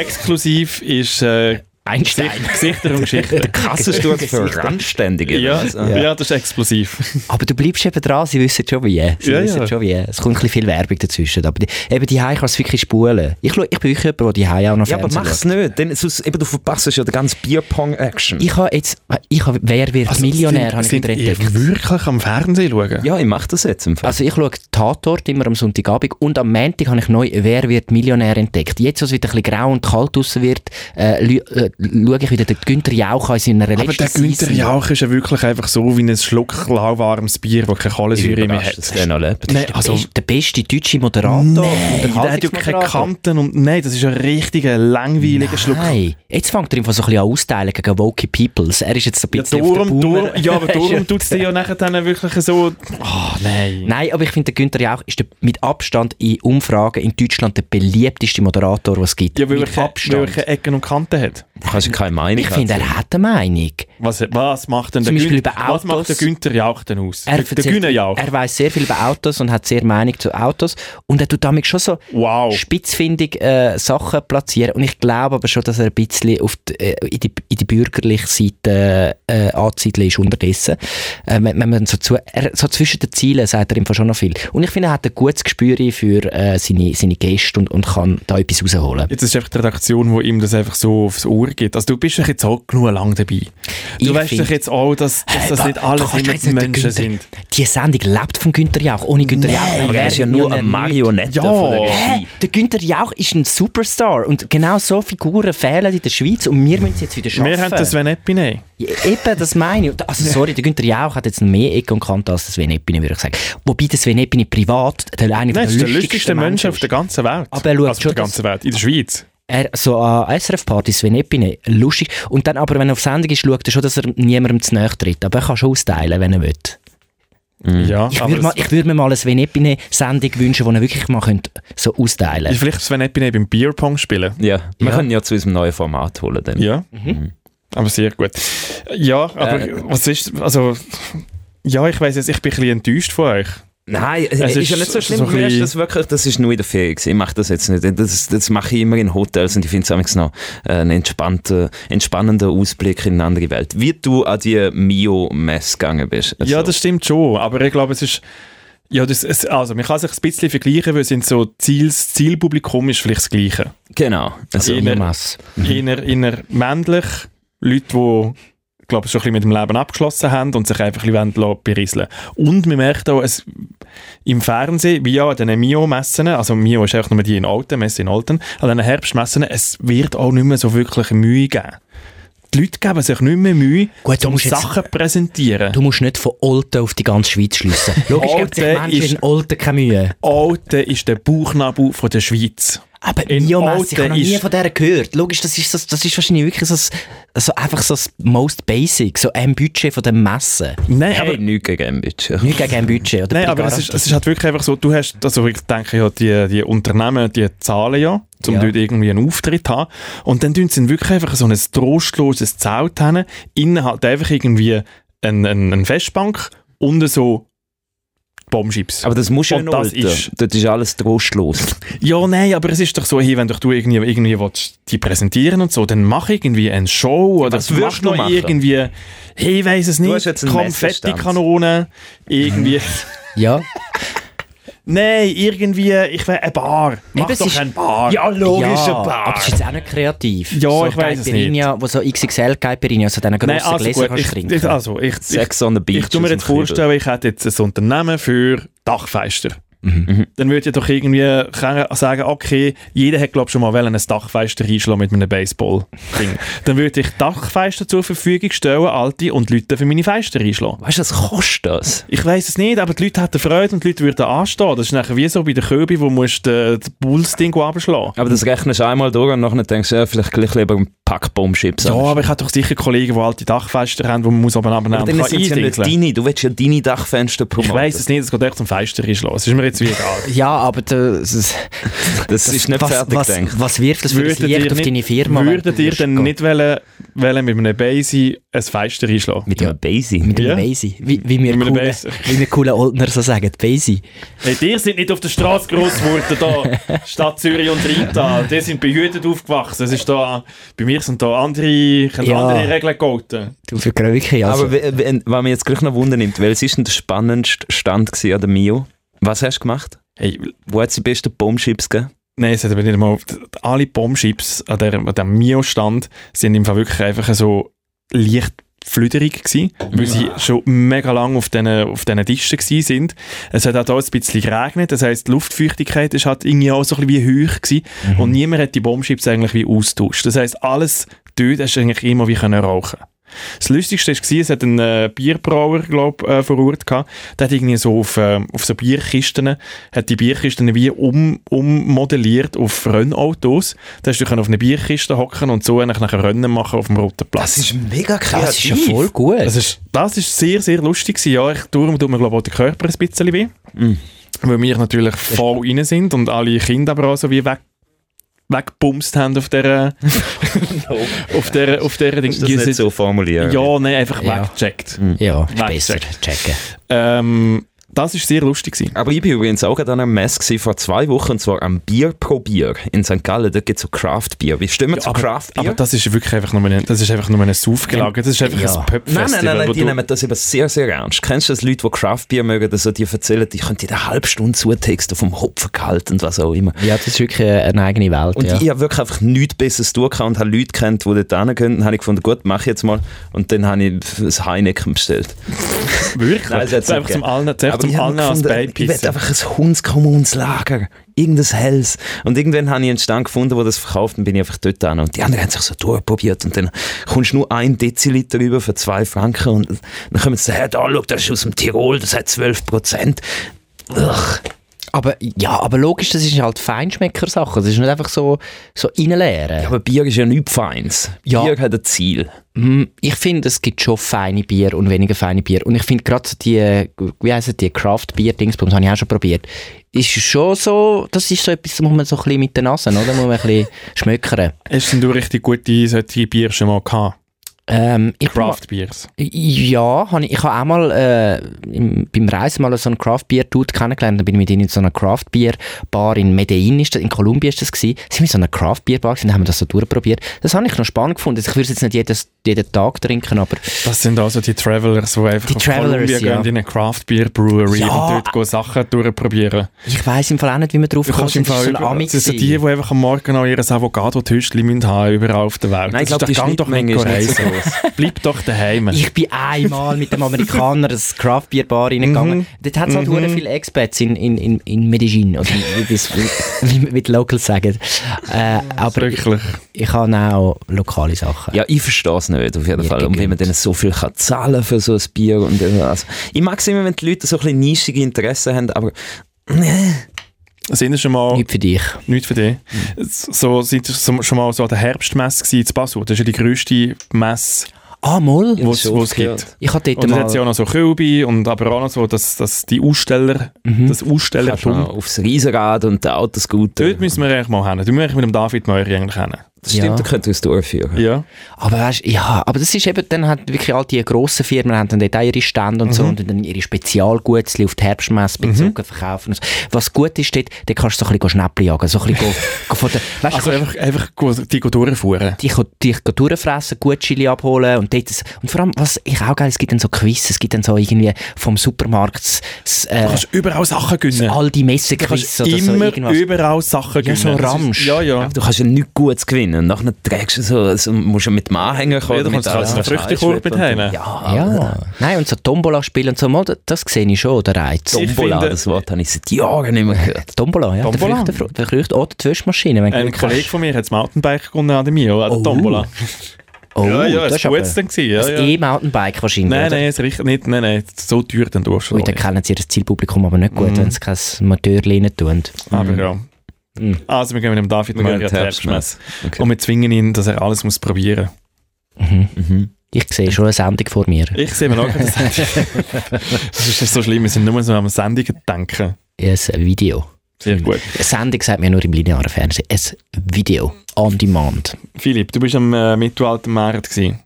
S1: exklusiv ist äh,
S3: Einstein.
S1: Gesicht- Gesichter und Geschichten.
S2: Kassensturz für Randständige.
S1: ja,
S2: Also,
S1: ja, das ist explosiv.
S3: Aber du bleibst eben dran, sie wissen schon wie. Sie
S1: Ja,
S3: wissen
S1: ja.
S3: schon wie. Es kommt ein bisschen viel Werbung dazwischen. Aber die, eben die Hause kannst du wirklich spulen. Ich, schau- ich bin wirklich jemand, der die Hause auch noch
S2: ja aber
S3: Fernsehen
S2: mach's nicht, denn sonst, eben, du verpasst ja die ganze Bierpong-Action.
S3: schaut. Ich habe jetzt, ich habe, wer wird Millionär, habe ich
S1: Also, sind,
S3: wieder
S1: sind
S3: entdeckt.
S1: ihr wirklich am Fernsehen schauen?
S2: Ja, ich mach das jetzt im Fall.
S3: Also ich schaue Tatort immer am Sonntagabend und am Montag habe ich neu «Wer wird Millionär?» entdeckt. Jetzt, wo es wieder ein bisschen grau und kalt draussen wird, äh, lü- äh, schaue ich wieder den Günther Jauch an in seiner letzten
S1: Aber der Günther
S3: Season.
S1: Jauch ist ja wirklich einfach so wie ein Schluck lauwarmes Bier, das keine Kohlensäure mehr
S2: überrascht, dass
S1: hat.
S2: der noch lebt.
S1: Nein,
S3: Also,
S1: also,
S3: ist der beste deutsche Moderator.
S1: nein, der hat ja keine Kanten und nein, das ist ein richtiger, langweiliger Schluck.
S3: Nein, jetzt fängt er einfach so ein bisschen an auszuteilen gegen woke Peoples. Er ist jetzt ein
S1: Ja,
S3: bisschen auf der
S1: darum,
S3: Boomer-
S1: darum, ja, aber darum tut es dir ja nachher dann wirklich so... Ah, nein.
S3: Nein, aber ich finde, der Günther Jauch ist der, mit Abstand in Umfragen in Deutschland der beliebteste Moderator, den es gibt.
S1: Ja, weil er,
S3: mit
S1: keine- weil er
S3: Abstand.
S1: keine Ecken und Kanten hat.
S2: Du kannst ja keine Meinung
S3: Ich finde,
S2: haben.
S3: er hat eine Meinung.
S1: Was, was macht denn der
S3: Zum Beispiel
S1: Günther,
S3: über
S1: was macht der
S3: Autos.
S1: Günther Jauch denn aus?
S3: Er
S1: der der
S3: erzählt-
S1: Günther Jauch.
S3: Er weiß sehr viel über Autos und hat sehr Meinung zu Autos. Und er tut damit schon so
S1: Wow.
S3: spitzfindig äh, Sachen platzieren. Und ich glaube aber schon, dass er ein bisschen auf die, äh, in, die, in die bürgerliche Seite äh, anzusiedeln ist unterdessen. Äh, wenn, wenn man so, zu, er, so zwischen den Zielen sagt er einfach schon noch viel. Und ich finde, er hat ein gutes Gespür für äh, seine, seine Gäste und, und kann da etwas rausholen.
S1: Jetzt ist einfach die Redaktion, die ihm das einfach so aufs Ohr gibt. Also du bist doch jetzt auch genug lang dabei. Du
S3: Ich
S1: weißt
S3: find-
S1: doch jetzt auch, dass, dass das
S3: Hey,
S1: nicht
S3: wa-
S1: alles
S3: kannst du
S1: immer
S3: jetzt nicht den
S1: Menschen
S3: Günther-
S1: sind.
S3: Die Sendung lebt von Günther Jauch. Ohne Günther Jauch.
S2: Aber er ist ja nur eine Marionette
S1: Ja.
S2: von der
S3: Hä?
S2: Regie.
S3: Der Günther Jauch ist ein Superstar und genau so Figuren fehlen in der Schweiz und wir müssen es jetzt wieder schaffen.
S1: Wir haben das Venepine.
S3: Ja, Eben, das meine ich. Also sorry, der Günther Jauch hat jetzt mehr Ecke und Kante als der Sven Eppini, würde ich sagen. Wobei der Sven Eppini privat der
S1: Nein,
S3: einer
S1: das ist
S3: der
S1: der lustigste Mensch auf der ganzen Welt.
S3: Aber er schaut
S1: also auf
S3: schon, Ah.
S1: der ganzen Welt, in der Schweiz.
S3: Er, so äh, an SRF-Partys, Sven Eppini, lustig. Und dann aber, wenn er auf Sendung ist, schaut er schon, dass er niemandem zu nahe tritt. Aber er kann schon austeilen, wenn er will.
S1: Ja,
S3: Ich
S1: aber
S3: würde
S1: es-
S3: mal- ich würde mir mal eine Sven Eppini-Sendung wünschen, wo er wirklich mal könnte, so austeilen
S1: ist vielleicht Sven Epine beim Beerpong spielen.
S2: Ja, wir
S3: Ja.
S2: können ja zu unserem neuen Format holen. Dann.
S1: Ja.
S3: Mhm.
S1: Aber sehr gut. Ja, aber
S3: Äh,
S1: was ist, also, ja, ich weiß jetzt, ich bin ein bisschen enttäuscht von euch.
S2: Nein, es
S1: Es
S2: ist,
S1: ist
S2: ja nicht
S1: so
S2: so schlimm.
S1: ein
S2: Mir ist
S1: bisschen-
S2: das wirklich, das ist nur in der Ferien. gewesen. Ich mache das jetzt nicht. Das, das mache ich immer in Hotels und ich finde es manchmal noch äh, einen entspannten, entspannenden Ausblick in eine andere Welt. Wie du an die Mio-Messe gegangen bist. Also,
S1: Ja, das stimmt schon, aber ich glaube, es ist, ja, das, es, also, man kann sich ein bisschen vergleichen, weil es sind so Ziel, das Zielpublikum ist vielleicht das Gleiche.
S2: Genau. Also,
S1: Eher-
S3: Mass.
S1: Eher, eher männlich, Leute, die ich glaube, schon ein bisschen mit dem Leben abgeschlossen haben und sich einfach ein bisschen wollen lassen berieseln Und man merkt auch, es, im Fernsehen, wie auch an diesen Mio-Messen, also Mio ist auch nur die in Alten, Messe in Alten, an diesen Herbstmessen, es wird auch nicht mehr so wirklich Mühe geben. Die Leute geben sich nicht mehr Mühe,
S3: Gut, du
S1: um
S3: musst jetzt-
S1: Sachen zu präsentieren.
S3: Du musst nicht von Olten auf die ganze Schweiz schliessen. Logisch gibt es
S1: Olten
S3: Menschen
S1: ist-
S3: in Olten keine Mühe.
S1: Alten ist Oh, der Bauchnabel von der Schweiz.
S3: Aber
S1: In
S3: Biomasse, ich habe noch
S1: Olten
S3: nie
S1: ist-
S3: von der gehört. Logisch, das ist, das, das ist wahrscheinlich wirklich so, ein- so einfach so das most basic, so ein Budget von der Messe.
S1: Nein,
S2: hey,
S1: aber
S2: nichts gegen Bitch.
S3: Nicht gegen ein Budget, oder?
S1: Nein, aber es ist, es ist halt wirklich einfach so, du hast, also ich denke ja, die, die Unternehmen, die zahlen ja, um
S3: Ja.
S1: dort irgendwie einen Auftritt zu haben. Und dann tun sie dann wirklich einfach so ein trostloses Zelt hin, innen halt einfach irgendwie eine ein, ein Festbank und so Bombschips.
S2: Aber das musst du ja
S1: Und
S2: noch
S1: das ist-
S2: Dort ist alles trostlos.
S1: Ja, nein, aber es ist doch so, hey, wenn doch du irgendwie, irgendwie willst, die präsentieren und so, dann mach irgendwie eine Show oder
S2: Was würdest
S1: mach
S2: du
S1: noch
S2: machen?
S1: irgendwie, hey, weiß es
S2: hast jetzt
S1: nicht,
S2: einen
S1: Konfettikanone, irgendwie.
S3: Ja.
S1: Nein, irgendwie, ich will eine Bar. Mach
S3: Eben, es
S1: doch
S3: ist-
S1: eine Bar. Ja,
S3: ja, Aber es ist jetzt auch nicht kreativ.
S1: Ja,
S3: so
S1: ich weiss es
S3: Caipirinha, Wo so XXL Caipirinha, so diesen grossen
S1: Nein, also
S3: Gläser
S1: gut,
S3: kannst
S1: ich,
S3: trinken.
S1: ich, also, ich, ich,
S2: Sex on the Beach.
S1: ich tu mir
S2: aus
S1: jetzt
S2: dem Kübel.
S1: vorstellen, ich hätte jetzt ein Unternehmen für Dachfeister. Mhm. Dann würde ich doch irgendwie können sagen, okay, jeder hat glaube schon mal wollen, ein Dachfeister einschlagen mit einem Baseball-Ding. Dann würde ich Dachfeister zur Verfügung stellen, alte, und die Leute für meine Feister einschlagen.
S2: Weißt du, was kostet das?
S1: Ich weiß es nicht, aber die Leute hatten Freude und die Leute würden anstehen. Das ist nachher wie so bei den Köbi, wo musst du das Bulls-Ding abschlagen.
S2: Aber das rechnest du einmal durch und nachher denkst du, ja, vielleicht gleich lieber ein Pack Bombschips.
S1: Ja, aber ich habe doch sicher Kollegen, die alte Dachfenster haben, die man muss aber nebeneinander
S2: Aber
S1: kann
S2: dann sind es ja nicht
S1: eindingeln.
S2: deine. Du willst ja deine Dachfenster promoten.
S1: Ich weiss es nicht, es geht echt zum Feister einschlagen. Es ist mir jetzt wie egal.
S3: ja, aber das, das,
S2: Das ist nicht
S3: was,
S2: fertig
S3: was,
S2: gedacht.
S3: was wirft das für ein
S1: Würdet
S3: Licht
S1: ihr
S3: auf
S1: nicht-
S3: deine Firma? wenn
S1: Würdet
S3: du
S1: ihr
S3: wirst
S1: denn
S3: gehen?
S1: nicht wollen, wollen mit einem Basie ein Feister einschlagen?
S2: Mit einem Basie.
S3: Mit
S1: Ja.
S3: einem Basie. Wie, wie wir
S1: Mit einem
S3: coolen,
S1: Basie.
S3: wie wir coolen Oldner so sagen, Basie.
S1: Hey, ihr sind nicht auf der Straße groß geworden, da, Stadt Zürich und Rheintal. Die sind behütet aufgewachsen. Es ist da, bei mir sind da andere, können
S3: Ja.
S1: andere Regeln gelten.
S3: Du für Gröke, also.
S2: Aber w- wenn- was mich jetzt gleich noch wundern nimmt, welches ist denn der spannendste Stand gewesen an der Mio? Was hast du gemacht?
S1: Hey,
S2: Wo hat es die besten Bombschips gegeben?
S1: Nein, es hat aber nicht mal. Alle Bombschips an der- an dem Mio-Stand sind im Fall wirklich einfach so leicht flüderig gewesen, weil sie schon mega lang auf diesen auf diesen Tischen gewesen sind. Es hat auch da ein bisschen geregnet, das heisst, die Luftfeuchtigkeit ist halt irgendwie auch so ein bisschen wie hoch gewesen und niemand hat die Bombschips eigentlich wie austauscht. Das heisst, alles dort hast du eigentlich immer wie können rauchen. Das Lustigste war, es hat einen äh, Bierbrauer, glaub, äh, vor Ort gehabt. Der hat irgendwie so auf, äh, auf so Bierkisten, hat die Bierkisten wie um, ummodelliert auf Rennautos. Da hast du können auf eine Bierkiste hocken und so eigentlich nachher Rennen machen auf dem Roten Platz.
S2: mega
S3: das ist ja voll gut.
S1: Das ist, das ist sehr, sehr lustig gewesen. Ja, ich, darum tut mir glaube ich auch der Körper ein bisschen weh.
S2: Mhm.
S1: Weil wir natürlich voll rein sind und alle Kinder aber auch so wie weg wegbumst haben auf dieser auf dieser auf dieser Ding.
S2: Ist das
S1: Ihr
S2: nicht
S1: seid-
S2: so Mm. formulieren?
S1: Ja, nein, einfach
S3: Ja.
S1: weggecheckt.
S3: ja, ist
S1: Nein,
S3: besser.
S1: check.
S3: Checken.
S1: Ähm, das war sehr lustig. Gewesen.
S2: Aber ich bin übrigens auch gerade an einem Mess gewesen, vor zwei Wochen, und zwar am Bier pro Bier in St. Gallen. Dort gibt es so Craft Bier. Wie stimmen wir zu Craft Bier?
S1: aber das ist wirklich einfach nur ein, das ist einfach nur ein Saufgelage. Das ist einfach
S3: Ja.
S1: ein Pöpfestival.
S2: Nein, nein, nein, nein
S1: wo
S2: die
S1: du-
S2: nehmen das eben sehr, sehr ernst. Kennst du das Leute, die Craft Bier mögen, dass so die erzählen, die können dir eine halbe Stunde zutexten vom Hopfengehalt und was auch immer.
S3: Ja, das ist wirklich äh, eine eigene Welt.
S2: Und
S3: ja.
S2: ich habe wirklich einfach nichts Besseres tun können und habe Leute kennt, die dort hingehen. Dann habe ich gefunden, gut, mache ich jetzt mal. Und dann habe ich ein Heineken bestellt.
S1: Wirklich?
S2: Nein, das hat's
S1: das ist einfach
S2: nicht
S1: zum allen, zuerst
S2: Aber
S1: zum zum
S2: ich hab
S1: Anna als
S2: gefunden,
S1: Bein
S2: Ich will
S1: pissen.
S2: einfach ein Hundskommunslager. Irgendes Hells. Und irgendwann habe ich einen Stand gefunden, der das verkauft und bin ich einfach dort an. Und die anderen haben sich so durchprobiert. Und dann kommst du nur ein Deziliter rüber für zwei Franken. Und dann kommen sie her, da, schau, das ist aus dem Tirol, das hat 12 Prozent.
S3: Aber ja, aber logisch, das ist halt Feinschmecker-Sache. Das ist nicht einfach so, so reinleeren.
S2: Aber Bier ist ja nichts Feins.
S3: Ja.
S2: Bier hat ein Ziel.
S3: Mm, Ich finde, es gibt schon feine Bier und weniger feine Bier. Und ich finde gerade so die, äh, wie heissen die, craft bier dingsbums habe ich auch schon probiert. Ist schon so, das ist so etwas, da muss man so ein bisschen mit der Nase, oder? Muss man ein bisschen schmöckern.
S1: Hast denn du richtig gute solche Bier schon mal gehabt?
S3: Ähm, ich bin mal-
S1: Craft Beers.
S3: Ja, hab ich, ich habe auch mal äh, im, beim Reisen mal so einen craft beer dude kennengelernt. Dann bin ich mit ihnen in so einer craft beer bar in Medellin, ist das, in Kolumbien ist das gewesen. Sind wir in so einer craft beer bar gewesen, dann haben wir das so durchprobiert. Das habe ich noch spannend gefunden. Ich würde es jetzt nicht jedes, jeden Tag trinken, aber
S1: Das sind also die Travelers, die einfach
S3: Die
S1: auf
S3: Travelers,
S1: Kolumbien
S3: ja.
S1: gehen in eine Craft Beer Brewery
S3: Ja.
S1: und dort gehen Sachen durchprobieren.
S3: ich weiß im Fall auch nicht, wie man drauf
S1: Du
S3: kommt.
S1: kannst im
S3: Das
S1: Fall
S3: ist so ein
S1: über-
S3: Ami
S1: das sind so
S3: gewesen.
S1: die, die einfach am Morgen noch ihr Avocado-Tüschli müssen haben überall auf der Welt.
S2: Nein, ich
S1: Das
S2: glaube, die
S1: ist doch- gang doch
S2: Schnittmenge ist nicht so
S1: reisen.
S2: groß.
S1: Bleib doch daheim.
S3: Ich bin einmal mit dem Amerikaner das Craft Beer Bar
S1: Mhm.
S3: reingegangen. Dort hat es halt hure viele Expats in, in, in, in Medellin, oder wie, das- wie, wie die Locals sagen. Äh, aber ich,
S1: Wirklich.
S3: ich habe auch lokale Sachen.
S2: Ja, ich verstehe es nicht, auf jeden
S3: Mir
S2: Fall. Und wie man
S3: gegönnt.
S2: dann so viel kann zahlen für so ein Bier. Und, äh, also, ich mag es immer, wenn die Leute so ein bisschen nischige Interessen haben, aber
S1: Sind ihr schon mal
S3: Nicht für dich.
S1: Nicht für dich. So, sind ihr schon mal so an der Herbstmesse gewesen in Basel? Das ist ja die grösste Messe,
S3: Ah,
S1: die
S3: mal.
S1: es
S2: schon oft gehört.
S1: gibt.
S3: Ich hatte dort
S1: Und dann hat
S3: mal...
S1: ja auch noch so Kölbi und aber auch noch so, dass, dass die Aussteller, das
S2: Mhm. Kannst du noch
S1: Ausstellertum.
S2: aufs Riesenrad und den Autoscooter.
S1: Dort müssen wir eigentlich mal hin. Dort müssen wir eigentlich mit dem David Meury eigentlich hin.
S2: Das stimmt,
S3: Ja.
S2: da könnt ihr es durchführen.
S1: Ja.
S3: Aber weißt, ja, aber das ist eben, dann hat wirklich all die grossen Firmen haben dann dort auch ihre Stände und so
S1: Mhm.
S3: und dann ihre Spezialgutzli auf die Herbstmesse bezogen verkaufen. und so. Was gut ist dort, dann kannst du so ein bisschen Schnäppchen jagen, so ein bisschen go, go von der, weißt,
S1: Also einfach, einfach gut- die gehen durchfahren.
S3: dich, dich durchfressen, gut Chili abholen und dort, und vor allem, was ich auch geil, es gibt dann so Quiz, es gibt dann so irgendwie vom Supermarkt s- s-
S1: Du
S3: äh,
S1: kannst überall Sachen gönnen.
S3: all die
S1: Du
S3: Messequiz
S1: kannst
S3: oder so
S1: immer
S3: irgendwas.
S1: überall Sachen
S3: Ja,
S1: gönnen.
S3: so
S1: Das ist-
S3: Ramsch.
S1: Ja, ja.
S2: Aber du kannst ja nichts Gutes gewinnen. Und nachher trägst du so, also musst du mit dem Anhänger kommen.
S1: Ja, du
S2: mit
S1: kannst- kannst
S2: allem.
S1: einen Früchtekorb
S2: Ja,
S1: mitnehmen.
S2: Ja, ja.
S3: Ja, nein, und so Tombola spielen und so, mal, das, das sehe ich schon, der Reiz.
S1: Ich
S2: Tombola,
S1: finde-
S2: das Wort habe ich seit Jahren nicht mehr gehört.
S3: Tombola, ja.
S1: Tombola.
S3: Der Früchte, der Früchte, oder die Wäschmaschine, wenn du
S1: Ein
S3: Glück hast.
S1: Kollege von mir hat das Mountainbike gewonnen an der Mio, an der
S3: Oh.
S1: Tombola.
S3: Oh,
S1: ja, ja,
S3: das
S1: das
S3: ist
S1: war
S3: aber
S1: gut dann. gewesen, Ja,
S3: ein
S1: ja.
S3: E-Mountainbike wahrscheinlich,
S1: Nein,
S3: oder?
S1: nein, es riecht nicht, nein, nein, so teuer dann darfst du
S3: Ui,
S1: auch
S3: dann
S1: nicht.
S3: kennen sie ihr Zielpublikum aber nicht
S1: Mhm.
S3: gut, wenn sie kein Motorlehnen tun.
S1: Aber ja.
S3: Mhm.
S1: Also wir gehen mit dem David
S2: Wir
S1: Möri
S2: gehen
S1: an die Herbstmesse.
S2: Okay.
S1: Und wir zwingen ihn, dass er alles muss probieren.
S2: Mhm.
S3: Ich sehe schon eine Sendung vor mir.
S1: Ich sehe mir noch das Das ist nicht so schlimm, wir sind nur so am Sendungen denken.
S3: Ja, ein Video.
S1: Sehr gut.
S3: Eine Sendung sagt mir nur im linearen Fernsehen. Ein Video. On demand.
S1: Philipp, du bist am äh, Mittelaltermarkt gewesen.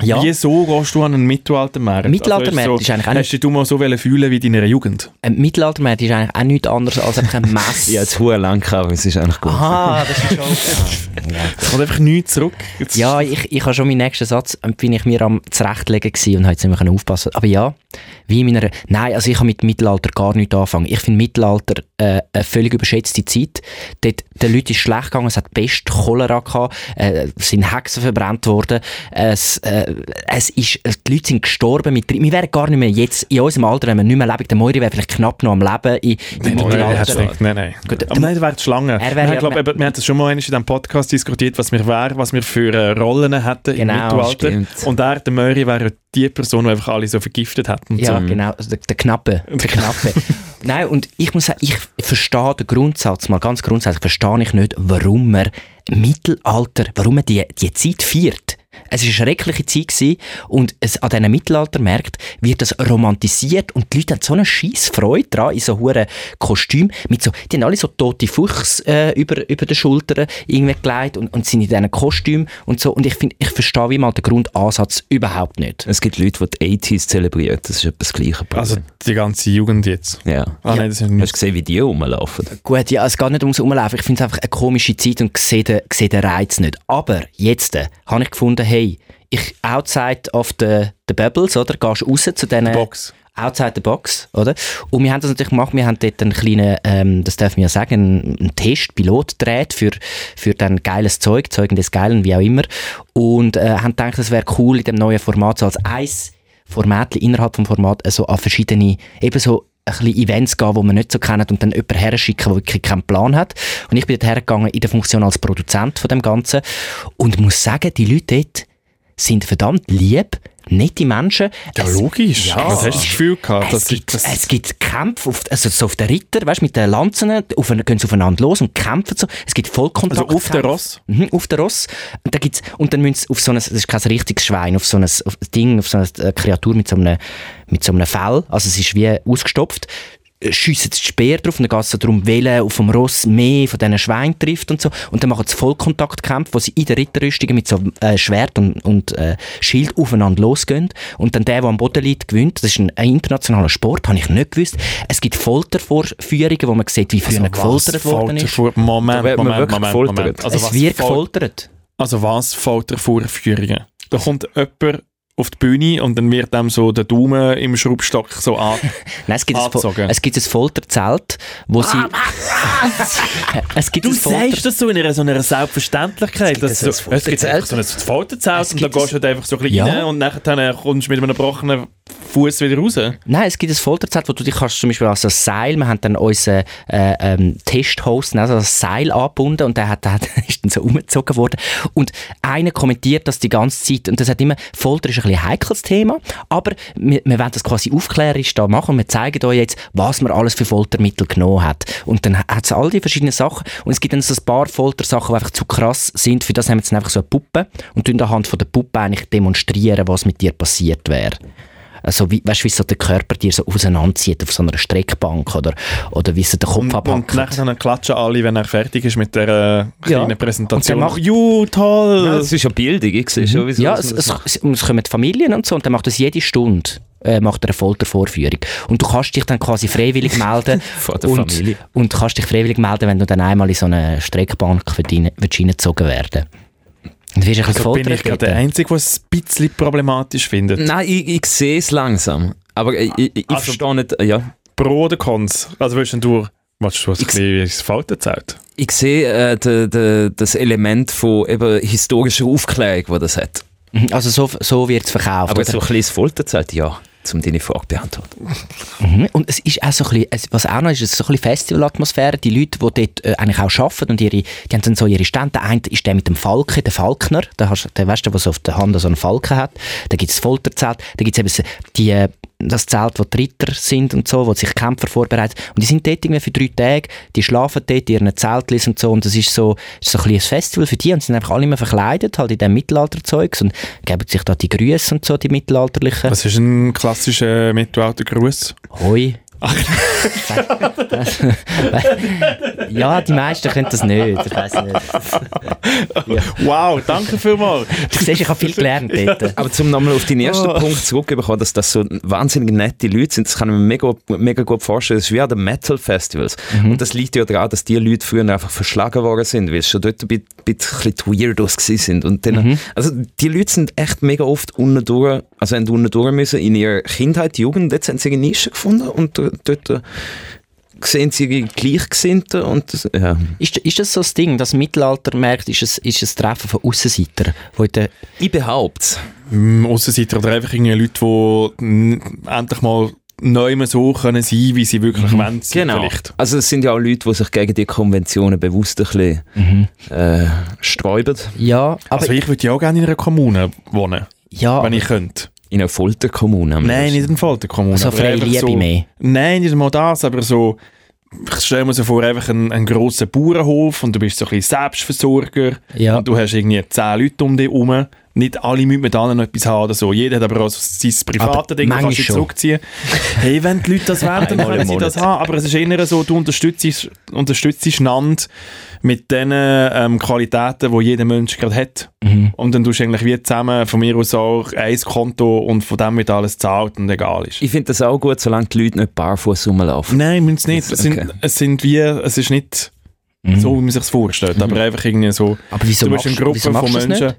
S3: Ja.
S1: Wieso gehst du an einen Mittelaltermarkt?
S3: Mittelaltermärkte
S1: also
S3: ist eigentlich auch
S1: Hast du dich mal so wollen fühlen wie in deiner Jugend?
S3: Ein Mittelaltermarkt ist eigentlich auch nichts anderes als einfach ein Mess.
S2: Ja, jetzt hure lang gehabt, aber es ist eigentlich gut.
S3: Aha, das ist schon.
S1: Es kommt einfach nichts zurück. Jetzt-
S3: ja, ich, ich habe schon meinen nächsten Satz, ähm, bin ich mir am zurechtlegen gewesen und habe jetzt nicht mehr aufpassen. Aber ja, wie in meiner. Nein, also ich kann mit Mittelalter gar nichts anfangen. Ich finde Mittelalter äh, eine völlig überschätzte Zeit. Dort, den Leuten ist schlecht gegangen, es hat best Cholera gehabt, äh, es sind Hexen verbrannt worden, es, äh, es ist, äh, die Leute sind gestorben mit. Wir wären gar nicht mehr jetzt, in unserem Alter, wenn wir nicht mehr leben, der Moiri wäre vielleicht knapp noch am Leben in, im
S1: Nein, er hat's
S3: Mittelalter.
S1: nicht. Nein, nein.
S3: Gut,
S1: Aber
S3: du-
S1: nein, wäre die Schlange.
S3: Er wär
S1: Nein,
S3: ja-
S1: ich glaube, eben, wir haben das schon mal einmal in diesem Podcast diskutiert, was wir wären, was wir für äh, Rollen hätten
S3: Genau,
S1: im Mittelalter.
S2: stimmt.
S1: Und er, der Möri, wäre die Person, die einfach alle so vergiftet hat. Und
S3: Ja,
S1: so.
S3: genau. Also der, der Knappe. Der Knappe. Nein, und ich muss sagen, ich verstehe den Grundsatz, mal ganz grundsätzlich, verstehe ich nicht, warum man Mittelalter, warum man die, die Zeit feiert. Es war eine schreckliche Zeit gewesen und es, an diesen Mittelaltermärkten wird das romantisiert und die Leute haben so eine scheisse Freude dran in so hohen Kostüm mit so, die haben alle so tote Fuchs äh, über, über den Schultern irgendwie gelegt und, und sind in diesen Kostüm und so und ich finde, ich verstehe wie mal den Grundansatz überhaupt nicht.
S2: Es gibt Leute, die die 80s zelebrieren, das ist etwa das gleiche
S1: Also die ganze Jugend jetzt.
S2: ja.
S1: Ah, nein, das ist
S2: Hast du
S1: nicht.
S2: gesehen, wie die rumlaufen?
S3: Gut, ja, es geht nicht ums Umlaufen. Ich finde es einfach eine komische Zeit und sehe den, sehe den Reiz nicht. Aber jetzt äh, habe ich gefunden, hey, ich outside of the, the bubbles, oder? Gehst raus zu diesen...
S1: Box.
S3: Outside the box, oder? Und wir haben das natürlich gemacht, wir haben dort einen kleinen, ähm, das darf man ja sagen, einen- einen Test, Pilot gedreht für, für dann geiles Zeug, Zeugen des Geilen, wie auch immer. Und äh, haben gedacht, das wäre cool in dem neuen Format, so als eins Format innerhalb vom Format, also an äh, verschiedene, eben so ein bisschen Events gehen, die man nicht so kennt und dann jemanden herschicken, der wirklich keinen Plan hat. Und ich bin dort hergegangen in der Funktion als Produzent von dem Ganzen und muss sagen, die Leute dort sind verdammt lieb, nette Menschen.
S1: Ja,
S3: Es-
S1: logisch.
S3: Ja.
S1: Was hast du das Gefühl gehabt? dass
S3: es,
S1: ich
S3: gibt,
S1: das
S3: es gibt Kämpfe, auf, also so auf den Ritter, weißt, mit den Lanzen, auf, gehen sie aufeinander los und kämpfen so. Es gibt Vollkontakt.
S1: also auf der Ross?
S3: Mhm, auf der Ross. Und, da gibt's, und dann müssen sie auf so ein, das ist kein richtiges Schwein, auf so ein, auf ein Ding, auf so eine äh, Kreatur mit so einem, mit so einem Fell, also es ist wie ausgestopft, äh, schiessen sie den Speer drauf und dann geht es so darum, welcher auf dem Ross mehr von diesen Schweinen trifft und so. Und dann machen sie Vollkontaktkämpfe, wo sie in der Ritterrüstung mit so äh, Schwert und, und äh, Schild aufeinander losgehen. Und dann der, der am Boden liegt, gewinnt. Das ist ein, ein internationaler Sport, habe ich nicht gewusst. Es gibt Foltervorführungen, wo man sieht, wie
S1: Also
S3: früher gefoltert worden ist.
S1: Folterfuhr- Moment,
S2: Da
S1: Moment,
S2: wird man
S1: Moment,
S2: wirklich
S1: Moment,
S2: gefoltert.
S1: Also,
S3: es
S1: was
S3: wird
S1: Fol-
S3: gefoltert.
S1: also was Foltervorführungen? Da kommt jemand auf die Bühne und dann wird dem so der Daumen im Schraubstock so an.
S3: Nein, es gibt, ein, Fol-
S1: Angezogen.
S3: es gibt ein Folterzelt, wo sie... es gibt ein Folter...
S1: das so in einer, so einer Selbstverständlichkeit.
S2: Es
S1: dass
S2: gibt ein
S1: so, es gibt
S2: Folterzelt.
S1: einfach so ein Folterzelt und dann gehst du halt einfach so ein bisschen
S3: Ja.
S1: rein und nachher dann kommst du mit einem gebrochenen Fuß wieder raus.
S3: Nein, es gibt ein Folterzelt, wo du dich kannst zum Beispiel als ein Seil, wir haben dann unseren äh, ähm, Testhost, also ein Seil angebunden und der, hat, der hat, ist dann so umgezogen worden. Und einer kommentiert das die ganze Zeit und das hat immer, Folter ist ein bisschen ein heikles Thema, aber wir, wir wollen das quasi aufklärerisch da machen und wir zeigen euch jetzt, was man alles für Foltermittel genommen hat. Und dann hat es all die verschiedenen Sachen und es gibt dann so ein paar Foltersachen, die einfach zu krass sind, für das haben wir jetzt einfach so eine Puppe und tun anhand von der Puppe eigentlich demonstrieren, was mit dir passiert wäre. Also, wie, weißt du, wie so der Körper dir so auseinanderzieht auf so einer Streckbank oder, oder wie so der Kopf
S1: Und, und nachher
S3: abhackt.
S1: dann klatschen alle, wenn er fertig ist mit der äh,
S3: Ja.
S1: kleinen Präsentation.
S3: Und dann macht-
S1: Juhu, toll!
S2: Ja, es ist ja Bildung, ich sehe schon, wieso
S3: Ja, es,
S2: das man das
S3: es,
S2: macht.
S3: es, es kommen die Familien und so und dann macht das jede Stunde. Äh, macht er eine Foltervorführung. Und du kannst dich dann quasi freiwillig melden.
S2: Von der
S3: und,
S2: Familie.
S3: und kannst dich freiwillig melden, wenn du dann einmal in so eine Streckbank verdiene- willst hineingezogen werden. Und wirst du ein bisschen
S1: Also bin ich gerade der
S3: gefoltert.
S1: Einzige, der es ein bisschen problematisch findet.
S2: Nein, ich, ich sehe es langsam. Aber ich, ich, ich
S1: Also-
S2: verstehe nicht, ja.
S1: Pro oder Cons? Also willst denn du, willst du ein
S2: Ich-
S1: bisschen ins Faltenzelt?
S2: Ich sehe äh, de, de, das Element von eben historischer Aufklärung, das das hat.
S3: Mhm, Also so, so wird es verkauft.
S2: Aber
S3: oder?
S2: so ein kleines Folterzeit, ja, um deine Frage zu beantworten.
S3: Mhm. Und es ist auch so ein bisschen, es- was auch noch ist, es ist so ein bisschen Festivalatmosphäre. Die Leute, die dort äh, eigentlich auch arbeiten und ihre, die haben dann so ihre Stände. Der eine ist der mit dem Falken, der Falkner. Der, hast, der weißt du, der so auf der Hand so einen Falken hat. Da gibt es das Folterzelt. Da gibt es eben so die, äh, das Zelt, wo die Ritter sind und so, wo sich Kämpfer vorbereiten. Und die sind dort irgendwie für drei Tage. Die schlafen dort in ihren Zeltlis und so. Und das ist so, ist so ein bisschen ein Festival für die. Und sind einfach alle immer verkleidet, halt in diesem Mittelalterzeugs. Und geben sich da die Grüße und so, die Mittelalterlichen.
S1: Das ist ein klassischer äh, Mittelaltergruß.
S3: Hoi. ja, die meisten können das nicht. Ich weiß nicht.
S1: Wow, danke vielmals.
S3: Du siehst, ich habe viel gelernt dort.
S2: Aber zum nochmal auf deinen ersten Punkt zurückzukommen, dass das so wahnsinnig nette Leute sind, das kann ich mir mega, mega gut vorstellen. Das ist wie an den Metal-Festivals. Und das liegt ja daran, dass die Leute früher einfach verschlagen worden sind, weil sie schon dort ein bi- bisschen die Weirdos gewesen sind. Und dann, Also die Leute sind echt mega oft unten durch, also haben unten durch müssen in ihrer Kindheit, Jugend, jetzt haben sie eine Nische gefunden und dort- dort äh, sehen sie ihre Gleichgesinnten und das, ja.
S3: Ist, ist das so das Ding, dass Mittelalter merkt, ist es ist es Treffen von Aussenseitern? Wo in der-
S2: Ich behaupte,
S1: Mm, Aussenseiter oder einfach irgendwie Leute, die mm, endlich mal neu mal so können sein, wie sie wirklich wollen. sein Genau. Vielleicht.
S2: Also es sind ja auch Leute, die sich gegen die Konventionen bewusst ein bisschen äh, sträuben.
S3: Ja, aber.
S1: Also ich würde ja auch gerne in einer Kommune wohnen,
S3: ja,
S1: wenn ich könnte. Also,
S2: In einer Folterkommune. am
S1: Ah. Nein,
S2: liebsten.
S1: nicht in der Falterkommune.
S3: so
S1: aber
S3: freie
S1: einfach
S3: Liebe
S1: so-
S3: mehr.
S1: Nein, nicht mal das, aber so, ich stelle mir so vor, einfach einen, einen grossen Bauernhof und du bist so ein bisschen Selbstversorger
S3: Ja.
S1: und du hast irgendwie zehn Leute um dich herum. Nicht alle müssen mit anderen noch etwas haben oder so. Jeder hat aber auch so sein privates
S3: Aber
S1: Ding, das
S3: manchmal
S1: kannst du
S3: schon.
S1: zurückziehen. Hey, wenn die Leute das wollen, dann
S2: Einmal im
S1: können sie das haben. Aber es ist eher so, du unterstützt, unterstützt einander mit den ähm, Qualitäten, die jeder Mensch gerade hat.
S3: Mhm.
S1: Und dann tust du eigentlich wie zusammen von mir aus auch ein Konto und von dem wird alles zahlt und egal ist.
S2: Ich finde das auch gut, solange die Leute nicht barfuß rumlaufen.
S1: Nein, müssen es nicht. Es,
S2: Okay.
S1: sind, es sind wie, es ist nicht
S3: Mhm.
S1: so, wie man sich es vorstellt, aber einfach irgendwie so.
S3: Aber wieso
S1: du bist
S3: machst,
S1: eine Gruppe
S3: wieso machst
S1: von
S3: du das
S1: Menschen.
S3: nicht?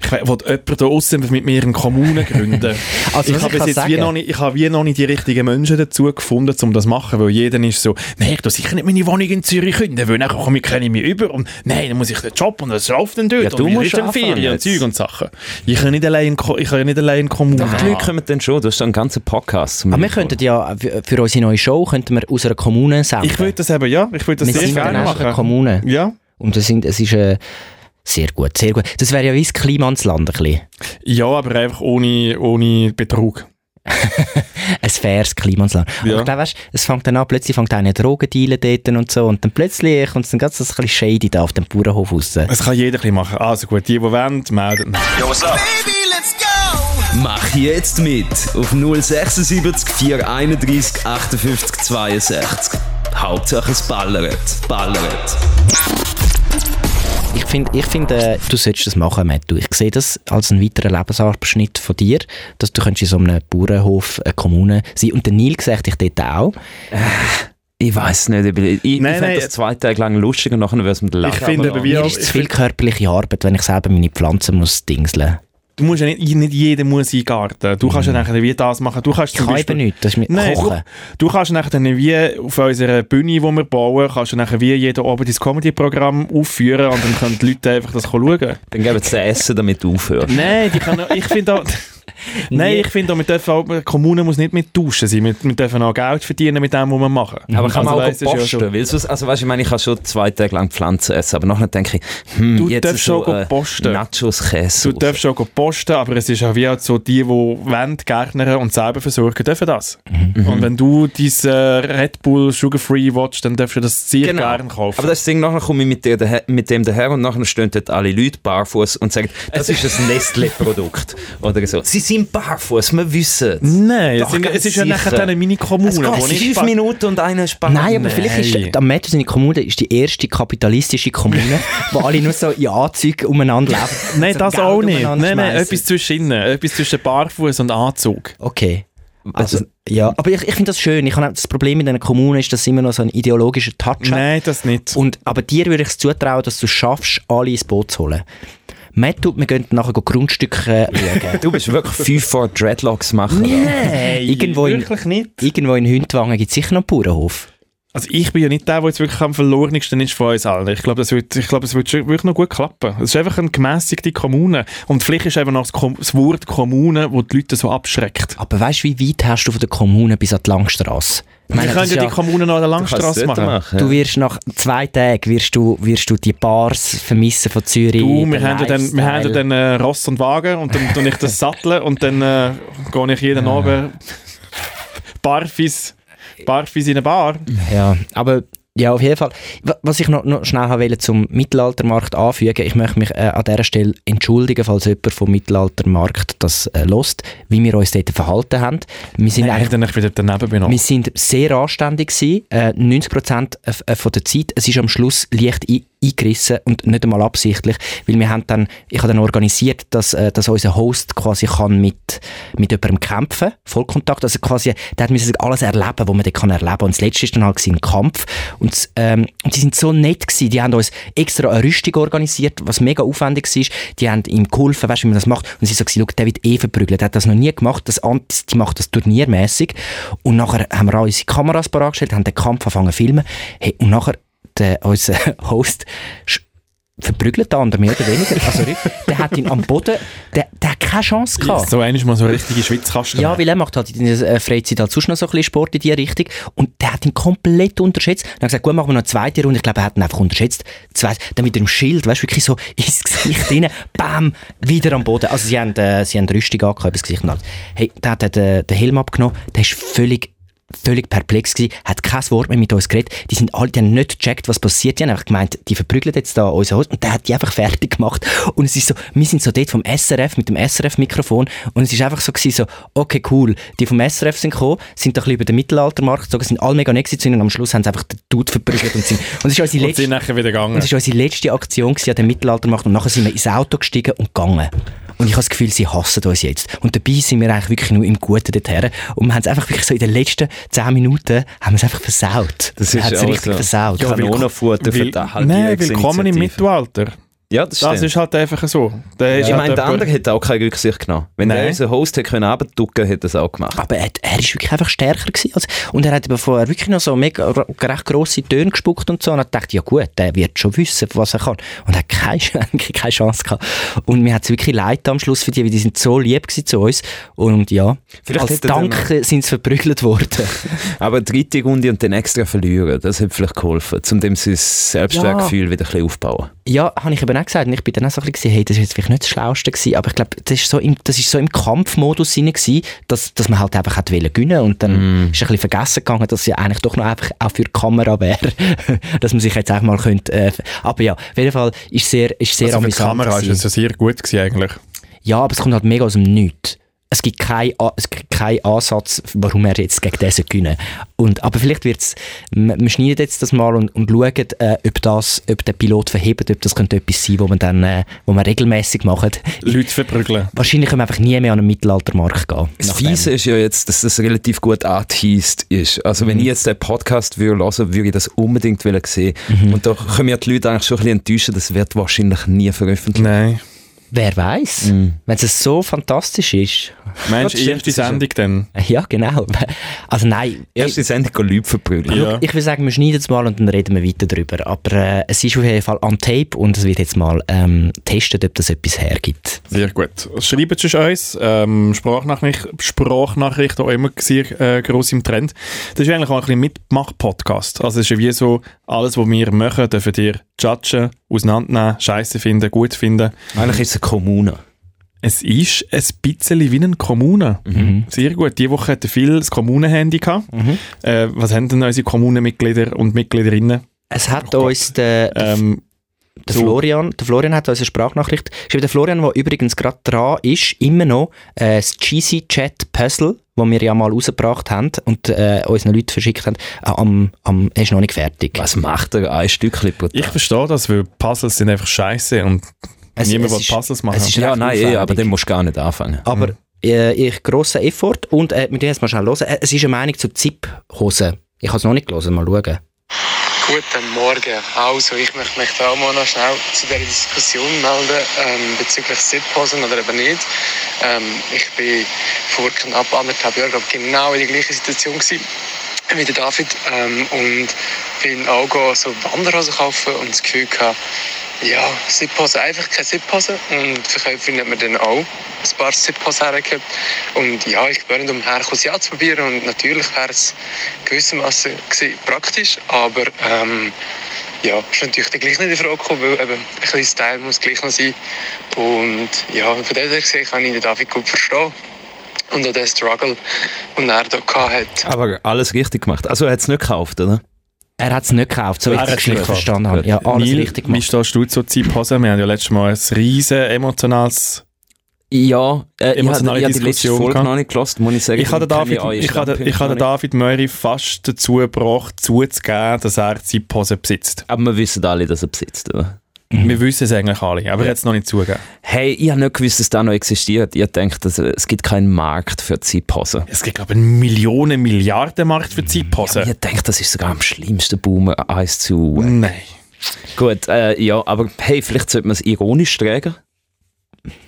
S1: ich will jemand da aussen mit mir eine Kommune gründen.
S3: Also,
S1: ich habe
S3: was ich
S1: bis jetzt
S3: kann
S1: wie
S3: sagen-
S1: noch nicht, ich habe wie noch nicht die richtigen Menschen dazu gefunden, um das zu machen, weil jeder ist so, nein, ich tu sicher nicht meine Wohnung in Zürich künden, weil dann komme ich, kann ich mich über und nein, dann muss ich den Job und was läuft denn dort?
S2: Ja, du
S1: und wie
S2: musst
S1: ist denn
S2: anfangen
S1: Ferien und
S2: jetzt.
S1: Zeug und Sachen. Ich kann nicht allein, ich kann nicht allein Kommune
S2: Doch, die Leute
S1: haben.
S2: kommen dann schon. Du hast dann einen ganzen Podcast zum
S3: Aber wir
S2: Beispiel.
S3: könnten ja für für unsere neue Show könnten wir aus einer Kommune senden.
S1: Ich würde das eben, ja, ich würde
S3: wir
S1: das sehr
S3: sind dann
S1: gerne
S3: auch eine
S1: machen.
S3: Kommune.
S1: Ja,
S3: Und das sind, es ist äh, sehr gut, sehr gut. Das wäre ja wie das Klima ins Land ein bisschen.
S1: ja, aber einfach ohne, ohne Betrug.
S3: Ein faires Klima ins Land.
S1: Ja.
S3: Aber ich glaube, weißt, es fängt dann an, plötzlich fängt einer Drogendealen dort und so und dann plötzlich kommt es dann ganz so ein bisschen shady da auf dem Bauernhof raus.
S1: Es kann jeder ein bisschen machen. Also gut, die, die wollen, melden.
S5: Mach jetzt mit auf 076 431 58 62. Hauptsache es ballert, ballert.
S3: Ich finde, ich find, äh, du solltest das machen, Matt. Du, Ich sehe das als einen weiteren Lebensabschnitt von dir, dass du könntest in so einem Bauernhof, eine Kommune sein Und der Nil sagt dich dort auch.
S2: Ich weiß nicht, ob ich, ich,
S1: Nein,
S2: ich fand
S1: nein.
S2: das zwei Tage lang lustig und nachher wäre es mit Lachen.
S1: Ich finde aber wie
S3: Mir
S1: auch,
S3: ist
S1: ich
S3: zu viel
S1: find,
S3: körperliche Arbeit, wenn ich selber meine Pflanzen muss dingseln.
S1: du musst ja nicht, nicht jeder muss in den Garten. Du kannst ja nachher wie das machen. Du kannst
S3: Ich
S1: zum
S3: kann
S1: Beispiel-
S3: eben nicht, das ist mit
S1: Nein,
S3: Kochen.
S1: Du, du kannst nachher dann wie auf unserer Bühne, die wir bauen, kannst du nachher wie jeden Abend dein Comedy-Programm aufführen und dann können die Leute einfach das schauen.
S2: Dann geben sie dir Essen, damit du aufhörst.
S1: Nein, die können, ich finde auch... Nein, ich finde auch, wir dürfen auch, die Kommune muss nicht mit tauschen sein. Wir, wir dürfen auch Geld verdienen mit dem, was wir machen.
S2: Aber kann man
S1: Also
S2: auch
S1: weiss, das ist ja
S2: posten,
S1: schon-
S2: weil sonst, also weißt, ich meine, ich kann schon zwei Tage lang Pflanzen essen, aber nachher denke ich, hm,
S1: Du
S2: jetzt
S1: darfst
S2: ist so
S1: schon
S2: äh,
S1: posten.
S2: Nachos Käse.
S1: Du darfst auch posten, aber es ist auch wie halt so, die, die wollen, Gärtner und selber versorgen, dürfen das.
S2: Mhm.
S1: Und wenn du dein äh, Red Bull Sugar Free watch, dann darfst du das sehr
S2: Genau.
S1: gerne kaufen.
S2: aber das ist das Ding, nachher komme ich mit, dir daher, mit dem daher und nachher stehen dort alle Leute barfuß und sagen, das ist ein Nestle-Produkt. Oder so. Sie sind barfuß, wir wissen es.
S1: Nein, es,
S2: Doch,
S1: sind,
S2: ganz
S1: es ist ja
S2: sicher.
S1: nachher dann eine Mini-Kommune.
S2: Es
S1: wo
S2: geht
S1: nicht
S2: fünf
S1: fa-
S2: Minuten und einer ist barfuß.
S3: Nein, aber vielleicht
S1: Nein.
S3: ist am Metro seine Kommune ist die erste kapitalistische Kommune, wo alle nur so in Anzügen umeinander leben.
S1: Nein,
S3: so
S1: das
S3: Geld
S1: auch nicht.
S3: umeinander
S1: Nein, nein,
S3: schmeißen.
S1: etwas zwischen etwas zwischen Barfuß und Anzug.
S3: Okay. Also,
S2: Also-
S3: ja, aber ich, ich finde das schön. Ich habe auch das Problem mit einer Kommune ist, dass sie immer noch so ein ideologischer Touch hat.
S1: Nein, das nicht.
S3: Und, aber dir würde ich es zutrauen, dass du es schaffst, alle ins Boot zu holen. Matt, tut, wir gehen nachher Grundstücke äh, schauen.
S2: Du bist wirklich fünf vor Dreadlocks machen.
S3: Nein, irgendwo in,
S1: wirklich nicht.
S3: irgendwo in Hündwangen gibt es sicher noch einen Bauernhof.
S1: Also ich bin ja nicht der, der jetzt wirklich am verlorensten ist von uns allen. Ich glaube, das wird, ich glaube, es wird schon wirklich noch gut klappen. Es ist einfach eine gemäßigte Kommune. Und vielleicht ist einfach noch das, Kom das Wort Kommune, wo die Leute so abschreckt.
S3: Aber weißt du, wie weit hast du von der Kommune bis an die Langstrasse? Ich
S1: Wir
S3: das
S1: können
S3: ist
S1: ja die Kommune noch an der Langstrasse machen.
S3: Du wirst nach zwei Tagen wirst du, wirst du die Bars vermissen von Zürich.
S1: Du,
S3: den
S1: wir haben ja dann, wir haben ja
S3: Lifestyle.
S1: dann äh, Ross und Wagen und dann tue ich das Satteln und dann äh, gehe ich jeden Abend barfis, barfis in eine Bar.
S3: Ja, aber ja, auf jeden Fall. Wa- Was ich noch, noch schnell haben wollte zum Mittelaltermarkt anfügen, ich möchte mich äh, an dieser Stelle entschuldigen, falls jemand vom Mittelaltermarkt das äh, lost, wie wir uns dort verhalten haben. Wir sind
S1: Nein,
S3: eigentlich
S1: dann ich wieder daneben bin.
S3: wir sind sehr anständig gewesen, äh, 90% f- äh, von der Zeit. Es ist am Schluss leicht ei- eingerissen und nicht einmal absichtlich, weil wir haben dann, ich habe dann organisiert, dass, äh, dass unser Host quasi kann mit, mit jemandem kämpfen, Vollkontakt, also quasi, der hat müssen alles erleben, was man dort kann erleben und das Letzte ist dann halt gewesen, ein Kampf und, s- ähm, und die sind so nett gewesen, die haben uns extra eine Rüstung organisiert, was mega aufwendig war, die haben ihm geholfen, weißt du, wie man das macht und sie so gesagt, «Schau, der wird eh verprügelt, der hat das noch nie gemacht, das Antis, die macht das turniermäßig und nachher haben wir auch unsere Kameras bereitgestellt, haben den Kampf angefangen zu filmen hey, und nachher der, unser Host sch- verprügelt den anderen, mehr oder weniger. Also, der hat ihn am Boden, der, der hat keine Chance gehabt.
S1: so einmal mal so richtige Schwitzkasten.
S3: Ja, weil er macht halt in der äh, Freizeit halt sonst noch so ein bisschen Sport in die Richtung. Und der hat ihn komplett unterschätzt. Dann hat er gesagt, gut, machen wir noch eine zweite Runde. Ich glaube, er hat ihn einfach unterschätzt. Zwei, dann mit dem Schild, weißt du, wirklich so ins Gesicht rein, bam, wieder am Boden. Also sie haben, äh, sie haben Rüstung angehabt, das Gesicht und alles. Hey, der hat äh, den Helm abgenommen, der ist völlig völlig perplex gewesen, hat kein Wort mehr mit uns geredet. Die sind alle, die haben nicht gecheckt, was passiert. Die haben einfach gemeint, die verprügeln jetzt da unser Haus. Und der hat die einfach fertig gemacht. Und es ist so, wir sind so dort vom SRF, mit dem SRF-Mikrofon. Und es ist einfach so gewesen, so, okay, cool. Die vom SRF sind gekommen, sind da ein bisschen über den Mittelaltermarkt gezogen, sind alle mega nett gewesen zu ihnen und am Schluss haben sie einfach den Dude verprügelt und sind, und es ist unsere
S1: Und sind
S3: letzte,
S1: nachher wieder
S3: und
S1: gegangen.
S3: es ist unsere letzte Aktion gewesen an dem Mittelaltermarkt. Und nachher sind wir ins Auto gestiegen und gegangen. Und ich habe das Gefühl, sie hassen uns jetzt. Und dabei sind wir eigentlich wirklich nur im Guten dorthin. Und wir haben es einfach wirklich so in den letzten 10 Minuten haben wir es einfach versaut.
S2: Das
S3: Wir
S2: ist also
S3: haben es
S2: auch
S3: richtig
S2: so.
S3: versaut.
S2: Kanonenfutter für halt die
S1: Nein, willkommen im
S2: Halbjährigsinitiative.
S1: Mittelalter.
S2: Ja, das stimmt.
S1: Das ist halt einfach so. Der ist
S2: ich
S1: halt
S2: meine, der
S1: jemand-
S2: andere hätte auch keine Rücksicht genommen. Wenn
S1: Nein.
S2: der unseren Host hätte können abducken, hätte er es auch gemacht.
S3: Aber er, er ist wirklich einfach stärker gewesen. Als, und er hat eben vorher wirklich noch so mega, r- recht grosse Töne gespuckt und so. Und hat gedacht, ja gut, der wird schon wissen, was er kann. Und er hat keine, Sch- eigentlich keine Chance gehabt. Und mir hat es wirklich leid am Schluss für die, weil die sind so lieb gewesen zu uns. Und ja,
S2: Vielleicht
S3: als
S2: hätte er dann-
S3: Danke sind sie verprügelt worden.
S2: Aber die dritte Runde und den extra verlieren, das hätte vielleicht geholfen, um dem sein Selbstwertgefühl wieder ein bisschen aufzubauen.
S3: ja, habe ich eben auch gesagt. Und ich bin dann auch so ein bisschen, hey, das war jetzt vielleicht nicht das Schlauste gewesen. Aber ich glaube, das ist so im, das ist so im Kampfmodus drin gewesen, dass, dass man halt einfach hat wollen gewinnen. Und
S1: Mm.
S3: dann ist ein bisschen vergessen gegangen, dass ja eigentlich doch noch einfach auch für die Kamera wäre. dass man sich jetzt auch mal könnte, äh, aber ja, auf jeden Fall ist sehr, ist sehr
S1: also für die
S3: amüsant.
S1: Kamera ist
S3: gewesen.
S1: es ja sehr gut gewesen eigentlich.
S3: Ja, aber es kommt halt mega aus dem Nichts. Es gibt keinen kein Ansatz, warum er jetzt gegen diesen gewinnen und Aber vielleicht wird es, wir schneiden jetzt das mal und, und schauen, äh, ob, das, ob der Pilot verhebt, ob das könnte etwas sein, wo man dann äh, wo man regelmäßig macht.
S1: Leute verprügeln.
S3: Wahrscheinlich können wir einfach nie mehr an einen Mittelaltermarkt gehen.
S2: Das
S3: nachdem.
S2: Fiese ist ja jetzt, dass das relativ gut angeteased ist. Also wenn ich jetzt den Podcast würde hören, würde ich das unbedingt wollen sehen. Und da können wir die Leute eigentlich schon ein bisschen enttäuschen, das wird wahrscheinlich nie veröffentlicht. Mhm.
S1: Nein.
S3: Wer weiß? Wenn es so fantastisch ist.
S1: Meinst du,
S2: stimmt,
S1: erste
S2: das ist ja-
S1: Sendung dann?
S3: Ja, genau. Also nein.
S2: Erste Sendung gehen Leute verprügeln.
S1: Ja.
S3: Ich würde sagen, wir schneiden es mal und dann reden wir weiter darüber. Aber äh, es ist auf jeden Fall am Tape und es wird jetzt mal ähm, testet, ob das etwas hergibt.
S1: Sehr gut. Schreibt es uns. Ähm, Sprachnachricht, Sprachnachricht auch immer sehr äh, gross im Trend. Das ist eigentlich auch ein bisschen Mitmach-Podcast. Also es ist ja wie so, alles, was wir machen, dürfen ihr judgen, auseinandernehmen, scheiße finden, gut finden.
S2: Eigentlich ist es eine Kommune.
S1: Es ist ein bisschen wie eine Kommune. Mhm. Sehr gut. Diese Woche hatten viele das Kommunenhandy. gehabt. Äh, was haben denn unsere Kommunenmitglieder und Mitgliederinnen?
S3: Es hat
S1: Oh Gott.
S3: uns der, der,
S1: Ähm,
S3: der
S1: so-
S3: Florian, der Florian hat uns eine Sprachnachricht geschrieben. Der Florian, der übrigens gerade dran ist, immer noch äh, das Cheesy Chat Puzzle, das wir ja mal rausgebracht haben und äh, unseren Leuten verschickt haben, äh, am, am, er ist noch nicht fertig.
S2: Was macht er? Ein Stückchen pro
S1: ich
S2: Tag.
S1: verstehe das, weil Puzzles sind einfach scheiße und
S3: Es-
S1: niemand
S3: es
S1: will
S3: ist-
S1: Puzzles machen.
S3: es ist-
S2: Ja, nein, eh, aber
S3: aufwendig.
S2: dann musst du gar nicht anfangen.
S3: Aber äh, ich grosser Effort und äh, wir tun jetzt mal schnell hören. Äh, Es ist eine Meinung zu Zip-Hosen. Ich habe es noch nicht gelesen, mal schauen.
S6: Guten Morgen. Also, ich möchte mich da auch mal noch schnell zu dieser Diskussion melden ähm, bezüglich Sitzposen oder eben nicht. Ähm, ich bin vor knapp anderthalb Jahren glaub, genau in der gleichen Situation gewesen wie der David ähm, und bin auch go so Wanderhosen kaufen und das Gefühl gehabt, ja, Sipphosen, einfach keine Sipphosen und verkauft findet man dann auch ein paar Sipphosen hergehabt und ja, ich bin nicht umher, es ja zu probieren und natürlich wäre es gewissermaßen gewesen praktisch, aber ähm, ja, ist natürlich dann gleich nicht in Frage gekommen, weil eben ein bisschen Style muss gleich noch sein und ja, von dem her gesehen kann ich den David gut verstehen und auch den Struggle, den er da gehabt hat.
S2: Aber alles richtig gemacht. Also er hat es nicht gekauft, oder?
S3: Er hat es nicht gekauft, so wie
S1: Er
S3: ich die
S1: hat's
S3: Geschichte
S1: nicht gekauft.
S3: verstanden habe. Ja, alles
S1: Neil,
S3: richtig
S1: wie
S3: gemacht.
S1: stehst du zu Zeitpause? Wir haben ja letztes Mal ein riesen emotionales...
S2: Ja, äh, ich
S1: Emotionale
S2: habe die letzte
S1: Diskussion
S2: Folge
S1: gehabt.
S2: noch nicht gelassen, muss ich sagen.
S1: Ich habe den
S2: Dann kenne
S1: David,
S2: eure
S1: ich habe, den- ich
S2: Standpunkte
S1: habe den
S2: noch nicht.
S1: David Murray fast dazu gebracht, zuzugeben, dass er Zeitpause besitzt.
S2: Aber wir wissen alle, dass er besitzt, oder?
S1: Wir wissen es eigentlich alle, aber er hat es noch nicht zugegeben.
S2: Hey, ich habe nicht gewusst, dass das noch existiert. Ich denke, dass, äh, es gibt keinen Markt für Zeitpause.
S1: Es gibt, glaube ich, einen Millionen-Milliarden-Markt für Zeitpause.
S2: Ich denke, das ist sogar am schlimmsten Boom eins zu.
S1: Nein.
S2: Gut, äh, ja, aber hey, vielleicht sollte man es ironisch tragen.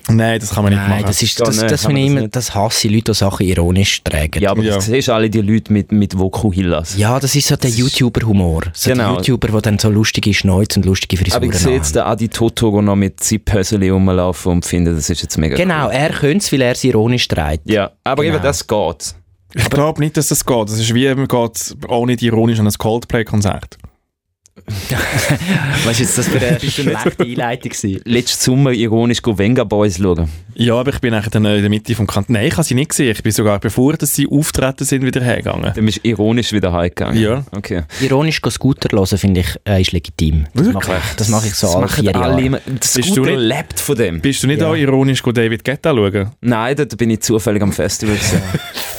S1: Nein, das kann man nicht
S3: Nein,
S1: machen.
S3: das ist,
S2: Ja,
S3: das,
S2: nein,
S3: das,
S2: kann
S3: finde
S2: man
S3: ich
S2: das
S3: immer,
S2: nicht.
S3: das hasse ich Leute, die Sachen ironisch tragen.
S2: Ja, aber
S1: Ja.
S2: du siehst alle die Leute mit, mit Vokuhillas.
S3: Ja, das ist so der YouTuber-Humor. So der
S2: Genau.
S3: YouTuber, der dann so lustige Schnäuze und lustige
S2: aber
S3: Frisuren
S2: ich sehe jetzt
S3: hat.
S2: den Adi Totoro noch mit Ziphöseli rumlaufen und finde, das ist jetzt mega
S3: Genau, er könnte es, weil er es ironisch trägt.
S2: cool. Ja, aber
S3: Genau.
S2: eben das geht.
S1: ich glaube nicht, dass das geht. Das ist wie, man geht auch nicht ironisch an ein Coldplay-Konzert.
S3: Weißt du, jetzt das für eine schlechte Einleitung war?
S2: Letzten Sommer ironisch go Venga Boys schauen.
S1: Ja, aber ich bin eigentlich dann äh, in der Mitte vom Kanton. Nein, ich habe sie nicht gesehen. Ich bin sogar, bevor dass sie auftreten sind, wieder hergegangen.
S2: Dann bist du ironisch wieder heimgegangen.
S1: Ja.
S2: Okay.
S3: Ironisch go Scooter hören, finde ich, äh, ist legitim. Das mache ich, das mache ich so
S2: das
S3: alle
S2: machen
S3: vier
S2: alle
S3: Jahre.
S2: immer. Das
S1: Bist du
S2: Gute
S1: nicht-
S2: lebt von dem.
S1: Bist du nicht auch ironisch go David Guetta schauen?
S2: Nein, dort bin ich zufällig am Festival. gewesen.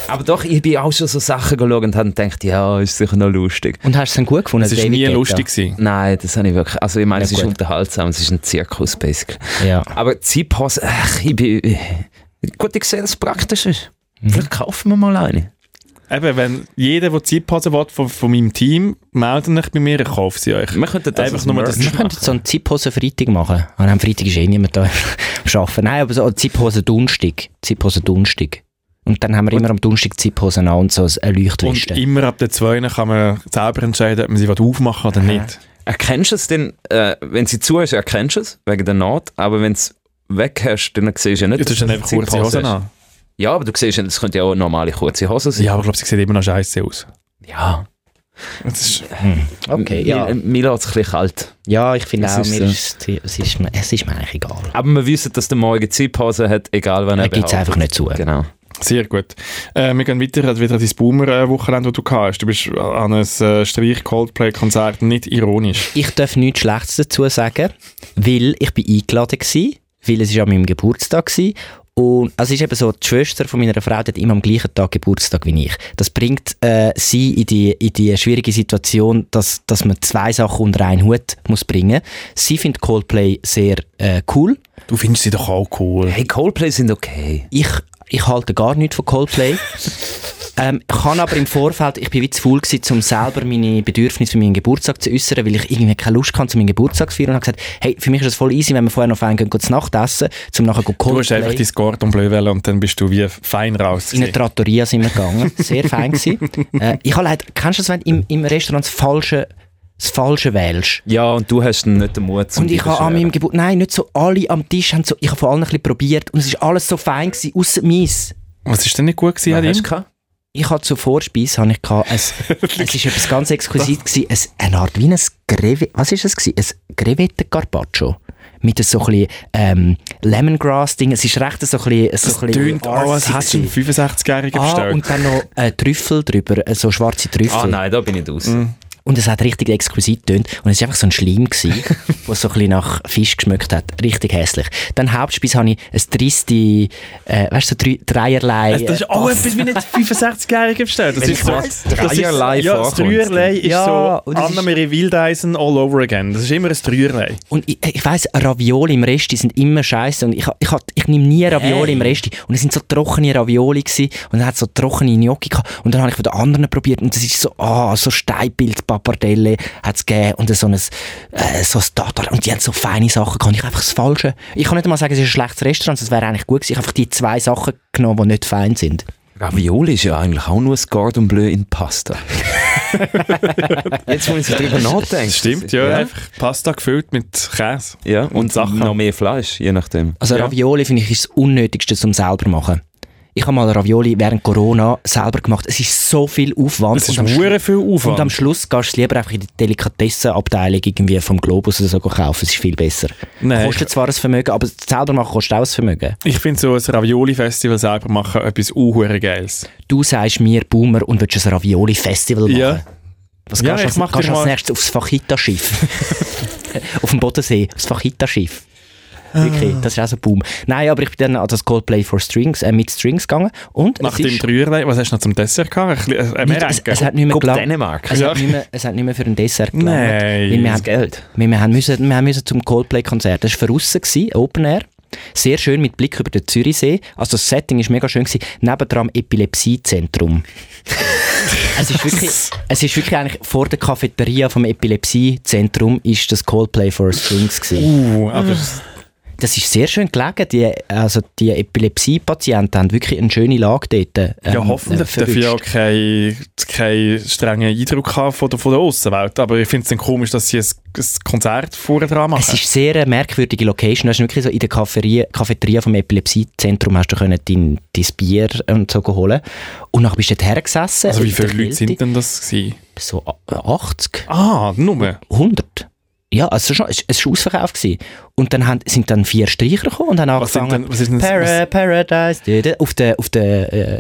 S2: Aber doch, ich bin auch schon so Sachen geschaut und habe gedacht, ja, ist sicher noch lustig.
S3: Und hast du es dann gut gefunden?
S1: Es war
S3: Äh, David
S1: nie
S3: Guetta?
S1: lustig. Gewesen.
S2: Nein, das habe ich wirklich. Also ich meine,
S3: Ja,
S2: es ist
S3: gut.
S2: unterhaltsam, es ist ein Zirkus basically.
S3: Ja.
S2: Aber Zipos, ach, ich bin. Gut, ich sehe, dass es praktisch ist. Vielleicht kaufen wir mal eine.
S1: eben, wenn jeder, der Zeitpause will von, von meinem Team, meldet euch bei mir, ich kaufe sie euch.
S2: Wir könnten das
S1: Einfach
S2: als
S1: nur
S2: Merch
S1: das-
S3: Wir könnten so einen Zeitpause-Freitag machen. An am Freitag ist eh niemand da am Arbeiten. Nein, aber so einen Zeitpause-Dunstig. Zeitpose-Dunstig. Und dann haben wir immer am Dunstig Zeitposen an und so eine
S1: Und
S3: Leuchtwiste.
S1: immer ab der 2 kann man selber entscheiden, ob man sie aufmachen will oder nicht.
S2: Erkennst du es denn, äh, wenn sie zu ist, erkennst du es, wegen der Naht, aber wenn es weg hast, dann siehst du ja nicht,
S1: Ja, das ist dann
S2: du
S1: einfach
S2: eine
S1: kurze
S2: Zeitpause
S1: Hosen
S2: hast.
S1: an.
S2: Ja, aber du siehst, ja, das könnte ja auch normale kurze Hose sein.
S1: Ja, aber ich glaube, sie sieht immer noch scheiße aus.
S2: ja.
S1: Das ist,
S3: Okay, ja.
S2: Mir, mir lässt es ein bisschen kalt.
S3: Ja, ich finde
S2: Es
S3: auch,
S2: ist
S3: mir
S2: so.
S3: ist, es, ist, mir- es ist mir eigentlich egal.
S2: Aber wir wissen, dass der morgen Zeitpause hat, egal wann
S3: Er
S2: er
S3: gibt es
S2: behauptet.
S3: einfach nicht zu.
S2: Genau.
S1: sehr gut. Äh, wir gehen weiter, also wieder an dein Boomer-Wochenende, das du gehabt hast. Du bist an einem äh, Streich-Coldplay-Konzert nicht ironisch.
S3: Ich darf nichts Schlechtes dazu sagen, weil ich bin eingeladen war, weil es ist an meinem Geburtstag war. Und also es ist eben so, die Schwester von meiner Frau die hat immer am gleichen Tag Geburtstag wie ich. Das bringt äh, sie in die, in die schwierige Situation, dass, dass man zwei Sachen unter einen Hut muss bringen muss. Sie findet Coldplay sehr äh, cool.
S1: Du findest sie doch auch cool.
S2: Hey, Coldplay sind okay.
S3: Ich, ich halte gar nichts von Coldplay. ähm, kann aber im Vorfeld, ich bin wie zu faul gewesen, um selber meine Bedürfnisse für meinen Geburtstag zu äußern, weil ich irgendwie keine Lust hatte, zu meinem Geburtstag zu feiern und habe gesagt, hey, für mich ist das voll easy, wenn wir vorher noch fein gehen, gehen zu Nacht essen, um nachher zu
S1: Du hast
S3: Coldplay.
S1: einfach dein Gordon Bleu wählen und dann bist du wie fein raus.
S3: in eine Trattoria sind wir gegangen. Sehr fein gewesen. Äh, ich habe leider, kennst du das, wenn du im, im Restaurant das Falsche, das Falsche wählst?
S2: Ja, und du hast nicht den Mut zum
S3: Und ich habe an meinem
S2: Widerschweren.
S3: Geburt, nein, nicht so alle am Tisch, haben so, ich habe von allen ein bisschen probiert und es ist alles so fein gewesen, außer meins.
S1: Was ist denn nicht gut gewesen an
S2: Was hast
S1: ihm?
S2: du gehabt?
S3: Ich hatte zur Vorspeise, habe ich gehabt, es, es ist etwas ganz exquisit gewesen, es, eine Art wie ein Greve, was ist es gewesen? Ein Grevette Carpaccio. Mit so ein bisschen ähm, Lemongrass-Ding, es ist recht so ein bisschen... So
S1: Das
S3: ein bisschen
S1: tönt auch, als
S3: artsy
S1: hättest du einen
S3: gewesen.
S1: 65-Jährigen
S3: Ah,
S1: bestellt.
S3: und dann noch äh, Trüffel drüber, äh, so schwarze Trüffel.
S2: Ah nein, da bin ich raus.
S3: Und es hat richtig exquisit tönt und es war einfach so ein Schleim, gewesen, der so ein bisschen nach Fisch geschmeckt hat. Richtig hässlich. Dann Hauptspeis habe ich ein triste, äh, weißt du, so drei, dreierlei.
S1: Also, das ist
S3: äh,
S1: auch etwas wie nicht 65-Jährige bestellt. Das
S2: Wenn
S1: ist
S2: ich
S1: so,
S2: weiss,
S1: das ist,
S2: dreierlei
S1: ja, das
S2: vorkommt.
S1: Dreierlei ist
S3: Ja,
S1: so
S3: und das ist-
S1: Annemarie Wildeisen all over again. Das ist immer ein Dreierlei.
S3: und ich, ich weiss, Ravioli im Resti sind immer scheiße und ich, ha- ich, ha- ich nehme nie Ravioli im Resti. Und es sind so trockene Ravioli gewesen, und dann hat es so trockene Gnocchi gehabt. und dann habe ich von den anderen probiert und das ist so, ah, so Steinpilz, Pappardelle hat es gegeben und so ein, äh, so ein Tatar und die haben so feine Sachen gehabt. Ich habe einfach das Falsche. Ich kann nicht mal sagen, es ist ein schlechtes Restaurant, es wäre eigentlich gut gewesen. Ich habe einfach die zwei Sachen genommen, die nicht fein sind.
S2: Ravioli ist ja eigentlich auch nur ein Gordon Bleu in Pasta. Jetzt muss ich drüber nachdenken.
S1: Das stimmt, ja.
S2: Ja,
S1: Einfach Pasta gefüllt mit Käse.
S2: ja. und, Sachen. noch mehr Fleisch, je nachdem.
S3: Also
S1: Ja.
S3: Ravioli finde ich ist das Unnötigste zum selber machen. Ich habe mal Ravioli während Corona selber gemacht. Es ist so viel Aufwand.
S1: Es ist
S3: und am Schlu-
S1: hure viel
S3: Und am
S1: Aufwand.
S3: Schluss gehst du es lieber einfach in die Delikatessenabteilung irgendwie vom Globus oder so kaufen. Es ist viel besser.
S1: Nein,
S3: kostet zwar ein Vermögen, aber es selber machen kostet auch ein Vermögen.
S1: Ich finde so ein Ravioli-Festival selber machen etwas unhure geiles.
S3: Du sagst mir, Boomer, und willst ein Ravioli-Festival machen.
S1: Ja.
S3: Was
S1: Ja,
S3: gehst du
S1: ich
S3: als,
S1: mach dir
S3: gehst du als
S1: mal-
S3: nächstes aufs Fachita-Schiff? Auf dem Bodensee, aufs Fachita-Schiff. Wirklich, das ist auch so ein Boom. Nein, aber ich bin dann an das Coldplay for Strings, äh, mit Strings gegangen und
S1: Nach
S3: es
S1: dem
S3: ist...
S1: Dreierlei, was hast du noch zum Dessert gehabt? Ein, bisschen- ein
S3: Nicht, es, es hat nicht mehr
S2: Guck,
S3: gelangt.
S2: Dänemark.
S3: Es,
S1: Ja.
S3: hat nicht mehr- es hat nicht mehr für ein Dessert gelangt.
S1: Nein.
S3: Weil wir,
S1: Das
S3: haben, Geld. Wir, wir, haben müssen, wir haben müssen zum Coldplay-Konzert. Das war verrissen, Open Air. Sehr schön mit Blick über den Zürichsee. Also das Setting war mega schön. Gewesen. Nebendran am Epilepsiezentrum. es, ist wirklich, es ist wirklich eigentlich vor der Cafeteria vom Epilepsiezentrum ist das Coldplay for Strings. Gewesen.
S1: Uh,
S3: Ah,
S1: aber
S3: Das ist sehr schön gelegen. Die, also die Epilepsie-Patienten haben wirklich eine schöne Lage dort. ähm,
S1: ja, hoffentlich
S3: äh,
S1: darf ich
S3: verrutscht.
S1: auch keinen keinen strengen Eindruck haben von der, von der Aussenwelt. Aber ich finde es dann komisch, dass sie ein, ein Konzert vorher dran machen.
S3: Es ist sehr eine merkwürdige Location. Du hast wirklich so in der Cafeteria, Cafeteria vom Epilepsiezentrum hast du können dein, dein Bier und so holen. Und dann bist du dort hergesessen.
S1: also wie
S3: in der
S1: viele Leute
S3: Kälte.
S1: sind denn das gewesen?
S3: So a- 80,
S1: Ah, nur.
S3: 100. Ja, also schon, es es war Ausverkauf. Gewesen. Und dann haben, sind dann vier Streicher gekommen und haben
S1: Was sind
S3: angefangen,
S1: denn, was ist denn
S3: Para, Paradise, da, da, auf den auf de,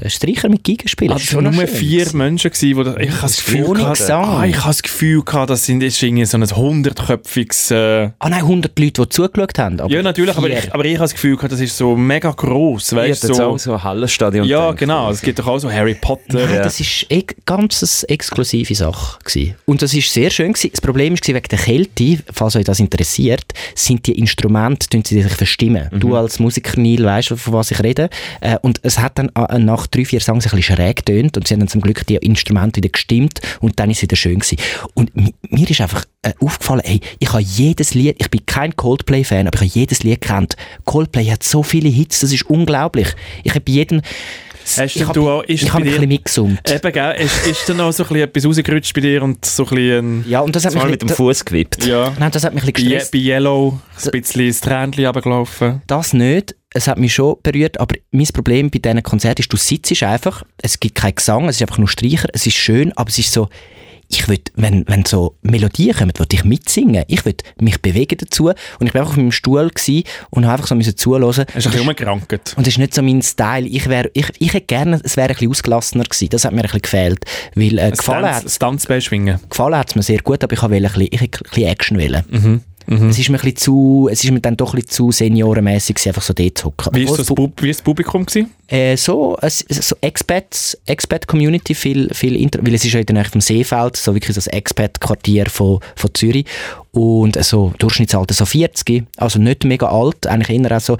S3: äh, Streicher mit Giga spielen.
S1: Also nur vier Menschen gewesen, wo das, ich habe das Gefühl
S3: Ohne
S1: gehabt,
S3: Gesang.
S1: ah, ich habe das Gefühl gehabt, das sind jetzt irgendwie so ein hundertköpfiges, äh,
S3: Ah nein, 100 Leute, die zugeschaut haben. aber
S1: ja natürlich, aber
S3: vier.
S1: ich, aber ich habe das Gefühl gehabt, das ist so mega gross,
S2: Ich
S1: weißt du,
S2: hätte jetzt
S1: so,
S2: auch so ein Hallenstadion
S1: ja
S2: gedacht.
S1: genau, es gibt doch auch so Harry Potter,
S3: Nein, das ist eine ganz exklusive Sache. Gewesen. Und das ist sehr schön. Gewesen. Das Problem war, wegen der Kälte, falls euch das interessiert, sind die Instrument tun sie sich verstimmen.
S1: Mhm.
S3: Du als Musiker, Neil, weißt, von was ich rede. Äh, und es hat dann äh, nach drei, vier Songs ein bisschen schräg tönt und sie haben dann zum Glück die Instrumente wieder gestimmt und dann ist es wieder schön gewesen. Und mi- mir ist einfach äh, aufgefallen, hey, ich habe jedes Lied, ich bin kein Coldplay-Fan, aber ich habe jedes Lied gekannt. Coldplay hat so viele Hits, das ist unglaublich. Ich habe bei jedem...
S1: Hast
S3: ich
S1: denn
S3: habe
S1: du auch- ist
S3: ich habe ein
S1: bei dir-
S3: bisschen mitgesummt.
S1: Eben, gell? Ist, ist dann auch so ein bisschen etwas rausgerutscht bei dir und so ein bisschen...
S3: ja, und das hat mich...
S2: Mal
S3: ein
S2: mit dem
S3: bisschen-
S2: Fuß gewippt.
S1: Ja.
S3: Nein, das hat mich ein bisschen
S1: Bei,
S3: gestresst.
S1: Ye- bei Yellow ein bisschen das Tränchen runtergelaufen.
S3: das nicht. Es hat mich schon berührt, aber mein Problem bei diesen Konzerten ist, du sitzt einfach, es gibt keinen Gesang, es ist einfach nur Streicher, es ist schön, aber es ist so, ich will, wenn, wenn so Melodien kommen, will ich mitsingen. Ich will mich bewegen dazu. Und ich war einfach auf meinem Stuhl gewesen und habe einfach so müssen zuhören.
S1: Hast du ein bisschen rumgerankt.
S3: Und das ist nicht so mein Style. Ich, wär, ich, ich hätte gerne, es wäre ein bisschen ausgelassener gewesen. Das hat mir ein bisschen gefehlt. Weil äh, gefallen hat
S1: Das Tanzbein schwingen.
S3: gefallen hat es mir sehr gut, aber ich wollte ein bisschen, ich wollte ein bisschen Action. Wollen.
S1: Mhm.
S3: Es ist mir ein bisschen zu, es ist mir dann doch ein bisschen zu seniorenmässig, gewesen, einfach so dort zu hocken.
S1: Wie war
S3: Obwohl
S1: das,
S3: das Pub-
S1: Pub- wie ist das Publikum? Gewesen?
S3: äh, so, es, es- so Expats, Expat-Community, viel, viel Inter weil es ist ja in der Nähe vom Seefeld, so wirklich das Expat-Quartier von, von Zürich. Und äh, so Durchschnittsalter so 40, also nicht mega alt, eigentlich eher auch so,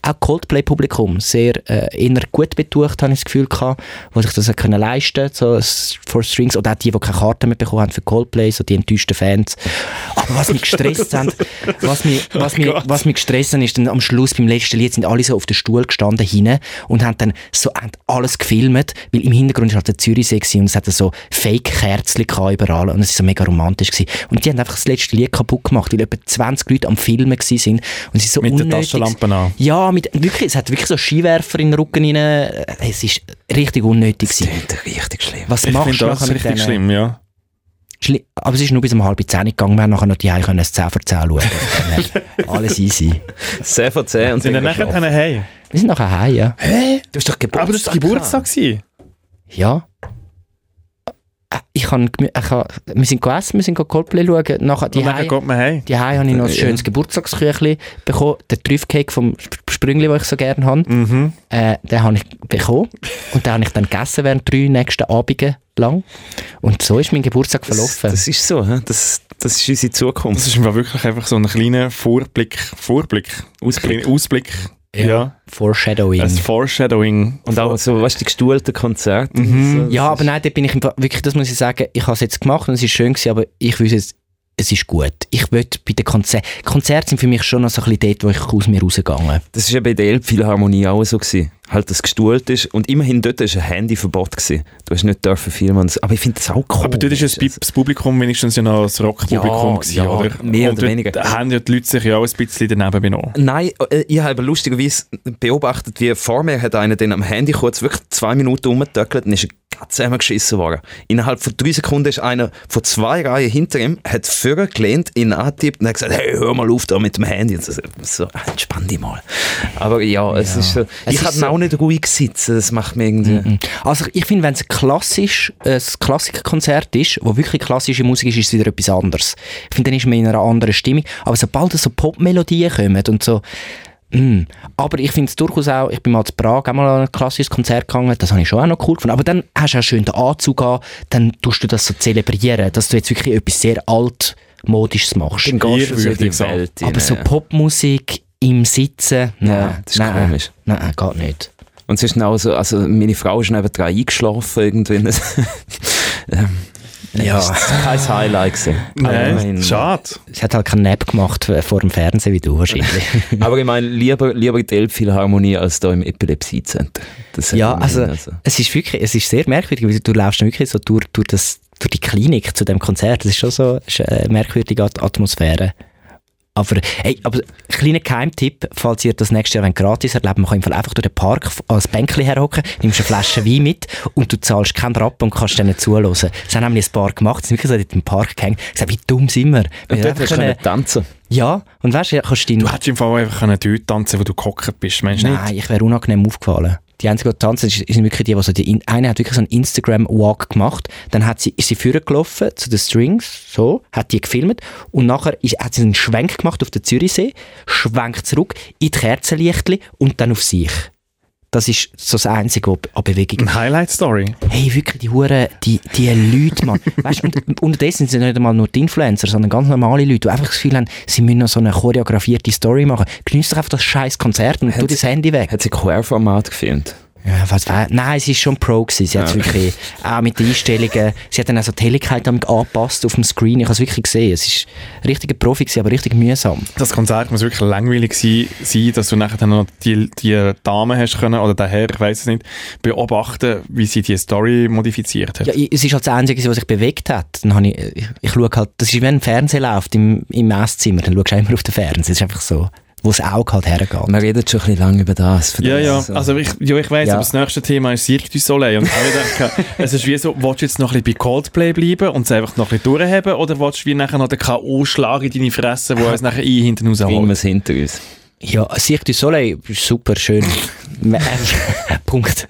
S3: auch Coldplay-Publikum, sehr äh, eher gut betucht, habe ich das Gefühl gehabt, wo sich das hat können leisten so s- Four Strings, oder auch die, die keine Karten mehr bekommen haben für Coldplay, so die enttäuschten Fans. Aber was mich gestresst hat, was mich, was mich,
S1: Oh Gott.
S3: was mich gestresst hat, ist dann am Schluss beim letzten Lied sind alle so auf den Stuhl gestanden hinten und haben dann so haben alles gefilmt, weil im Hintergrund war halt der Zürichsee gewesen und es hatte so Fake-Kerzen gehabt überall und es war so mega romantisch. Gewesen. Und die haben einfach das letzte Lied kaputt gemacht, weil etwa 20 Leute am Filmen gewesen sind und es ist so
S1: Mit den
S3: unnötig-
S1: Taschenlampen an.
S3: Ja, mit, wirklich, es hat wirklich so Skiwerfer in den Rücken rein. äh, Es ist richtig unnötig gewesen.
S2: Klingt richtig schlimm.
S3: Was
S1: Ich
S3: machst
S1: finde
S3: du
S1: das
S3: nachher mit
S1: richtig
S3: denen?
S1: schlimm, ja.
S3: Schli aber es ist nur bis um halb zehn gegangen, wir haben nachher noch die Hause können ein 10 vor 10 schauen. Alles easy.
S2: Sehr von 10 und
S1: Sind dann nachher dann Ah, hey.
S3: Wir sind nachher heim, ja.
S1: Hä?
S2: Du hast doch Geburtstag.
S1: Aber das war Geburtstag. gewesen.
S3: Ja. Äh, Ich kann, gemü- ich kann, wir sind gegessen, wir sind go Coldplay schauen. Nachher die
S1: Und nachher
S3: Hause
S1: geht man hey.
S3: die Hause habe ich noch ein
S2: Ja.
S3: schönes Geburtstagsküchli bekommen. Den Trüffcake vom Sp- Sprüngli, den ich so gerne habe,
S1: Mhm.
S3: äh, den habe ich bekommen. Und den habe ich dann gegessen während drei nächsten Abende lang. Und so ist mein Geburtstag
S2: Das,
S3: verlaufen.
S2: das ist so, hä? das, das ist unsere Zukunft.
S1: Das ist im Fall wirklich einfach so ein kleiner Vorblick. Vorblick? Ausblick. Ausblick. Ja.
S3: Foreshadowing.
S1: Ein Foreshadowing.
S2: Und auch so, weißt du, die gestuhlten Konzerte. So,
S3: Ja,
S2: das
S3: aber nein, da bin ich im Fall- wirklich, das muss ich sagen, ich habe es jetzt gemacht und es ist schön gewesen, aber ich wüsste jetzt, es ist gut. Ich will bei den Konzerten, Konzerte sind für mich schon noch so ein bisschen dort, wo ich aus mir rausgegangen
S2: Das ist ja bei der Elbphilharmonie auch so gewesen. Halt, dass gestuhlt ist. Und immerhin dort war ein Handyverbot. Gewesen. Du hast nicht dürfen filmen. und so. Aber ich finde das auch cool.
S1: Aber dort ist ja das, Bi- das Publikum wenigstens Oh, ja noch das Rockpublikum,
S2: Ja,
S1: gewesen,
S2: ja,
S1: oder?
S2: mehr
S1: Und
S2: oder
S1: dort
S2: weniger.
S1: haben ja die Leute sich ja auch ein bisschen daneben benommen.
S2: Nein, äh, ich habe lustigerweise beobachtet, wie vor mir hat einer den am Handy kurz wirklich zwei Minuten rumgetöckelt und ist ganz zusammengeschissen worden. Innerhalb von drei Sekunden ist einer von zwei Reihen hinter ihm, hat vorher gelehnt, ihn angetippt und hat gesagt, hey, hör mal auf da mit dem Handy. Und so, so ah, entspann dich mal. Aber ja, es ist so,
S3: Es
S2: ich
S3: ist
S2: kann
S3: so-
S2: auch nicht ruhig sitzen, das macht mir irgendwie...
S3: bin. Also ich finde, wenn es ein klassisch, ein Klassikkonzert ist, wo wirklich klassische Musik ist, ist es wieder etwas anderes. Ich finde, dann ist man in einer anderen Stimmung. Aber sobald so Popmelodien kommen und so, Mm. Aber ich finde es durchaus auch, ich bin mal zu Prag auch mal an ein klassisches Konzert gegangen, das habe ich schon auch noch cool gefunden. Aber dann hast du auch schön den Anzug an, dann tust du das so zelebrieren, dass du jetzt wirklich etwas sehr altmodisches machst.
S2: Dann gehst du so in
S1: Ehrwürdig
S2: die
S1: so.
S2: Welt
S3: Aber
S2: hinein.
S3: so Popmusik im Sitzen, nein,
S2: Ja, das ist
S3: nein,
S2: komisch.
S3: Nein, geht nicht.
S2: Und es ist dann auch so, also meine Frau ist neben drei eingeschlafen irgendwie. ähm,
S3: Ja.
S2: Das ist kein Highlight gewesen. Aber
S1: Nein,
S2: immerhin-
S1: schade.
S3: Sie hat halt keinen Nap gemacht äh, vor dem Fernsehen wie du wahrscheinlich.
S2: Aber ich meine, lieber, lieber die Elbphilharmonie als da im Epilepsiezentrum. Das
S3: ja,
S2: hat man
S3: also,
S2: hin,
S3: es ist wirklich, es ist sehr merkwürdig, weil du läufst dann wirklich so durch, durch, das, durch die Klinik zu dem Konzert. Das ist schon so ist eine merkwürdige At Atmosphäre. Aber, hey, aber kleiner Geheimtipp, falls ihr das nächste Jahr wollt, gratis erleben man kann im Fall einfach durch den Park f- als Bänkli herhocken, nimmst eine Flasche Wein mit und du zahlst keinen Rappen und kannst denen zuhören. Das haben nämlich ein paar gemacht, die sind wirklich so dort im Park gehängt. Ich sag, wie dumm sind wir? wir
S2: Und dort
S3: einfach
S2: hast du
S3: können,
S2: können tanzen.
S3: ja, und weißt du, kannst du deinen
S1: Du hättest im Fall auch einfach können dort tanzen wo du gehockt bist, meinst du nicht?
S3: Nein, ich wäre unangenehm aufgefallen. Die einzige, die tanzen, ist- sind wirklich die, die so die in, eine hat wirklich so einen Instagram-Walk gemacht, dann hat sie, ist sie vorgelaufen zu den Strings, so, hat die gefilmt und nachher ist, hat sie einen Schwenk gemacht auf den Zürichsee, schwenkt zurück in die Kerzenlichtli und dann auf sich. Das ist so das Einzige, was an Bewegung
S1: Eine Highlight-Story.
S3: Hey, wirklich, die Huren, die, die Leute, Mann. Weißt, und unterdessen sind es nicht einmal nur die Influencer, sondern ganz normale Leute, die einfach das Gefühl haben, sie müssen noch so eine choreografierte Story machen. Genießt doch einfach das scheiß Konzert und tu das Handy weg.
S2: Hat sie Queer-Format gefilmt?
S3: Ja, was wei- Nein, sie ist schon Pro gewesen. Sie hat wirklich, auch mit den Einstellungen, sie hat dann also die Helligkeit damit angepasst auf dem Screen. Ich habe es wirklich gesehen. Es ist richtiger Profi gewesen, aber richtig mühsam.
S1: Das Konzert muss wirklich langweilig sein, sein dass du nachher dann noch die, die Dame hast können, oder den Herr, ich weiß es nicht, beobachten, wie sie die Story modifiziert hat.
S3: Ja, ich, es ist halt das Einzige, was sich bewegt hat. Dann habe ich, ich, ich schaue halt, das ist wie wenn ein Fernseher läuft im, im Esszimmer, dann schaust du immer auf den Fernseher. Es ist einfach so, wo das Auge halt hergeht.
S2: Wir reden schon ein bisschen lange über das. Für
S1: Ja,
S2: das
S1: ja,
S2: so.
S1: also ich, ja, ich weiss,
S3: Ja.
S1: aber das nächste Thema ist Cirque du Soleil. Und ich habe gedacht, es ist wie so, willst du jetzt noch ein bisschen bei Coldplay bleiben und es einfach noch ein bisschen durchheben oder willst du wie nachher noch den K.O. schlagen in deine Fresse, wo uns nachher ein hinten
S2: bringen wir
S1: rausholt?
S2: es hinter uns.
S3: Ja, Cirque du Soleil, super schön. Me- äh, Punkt.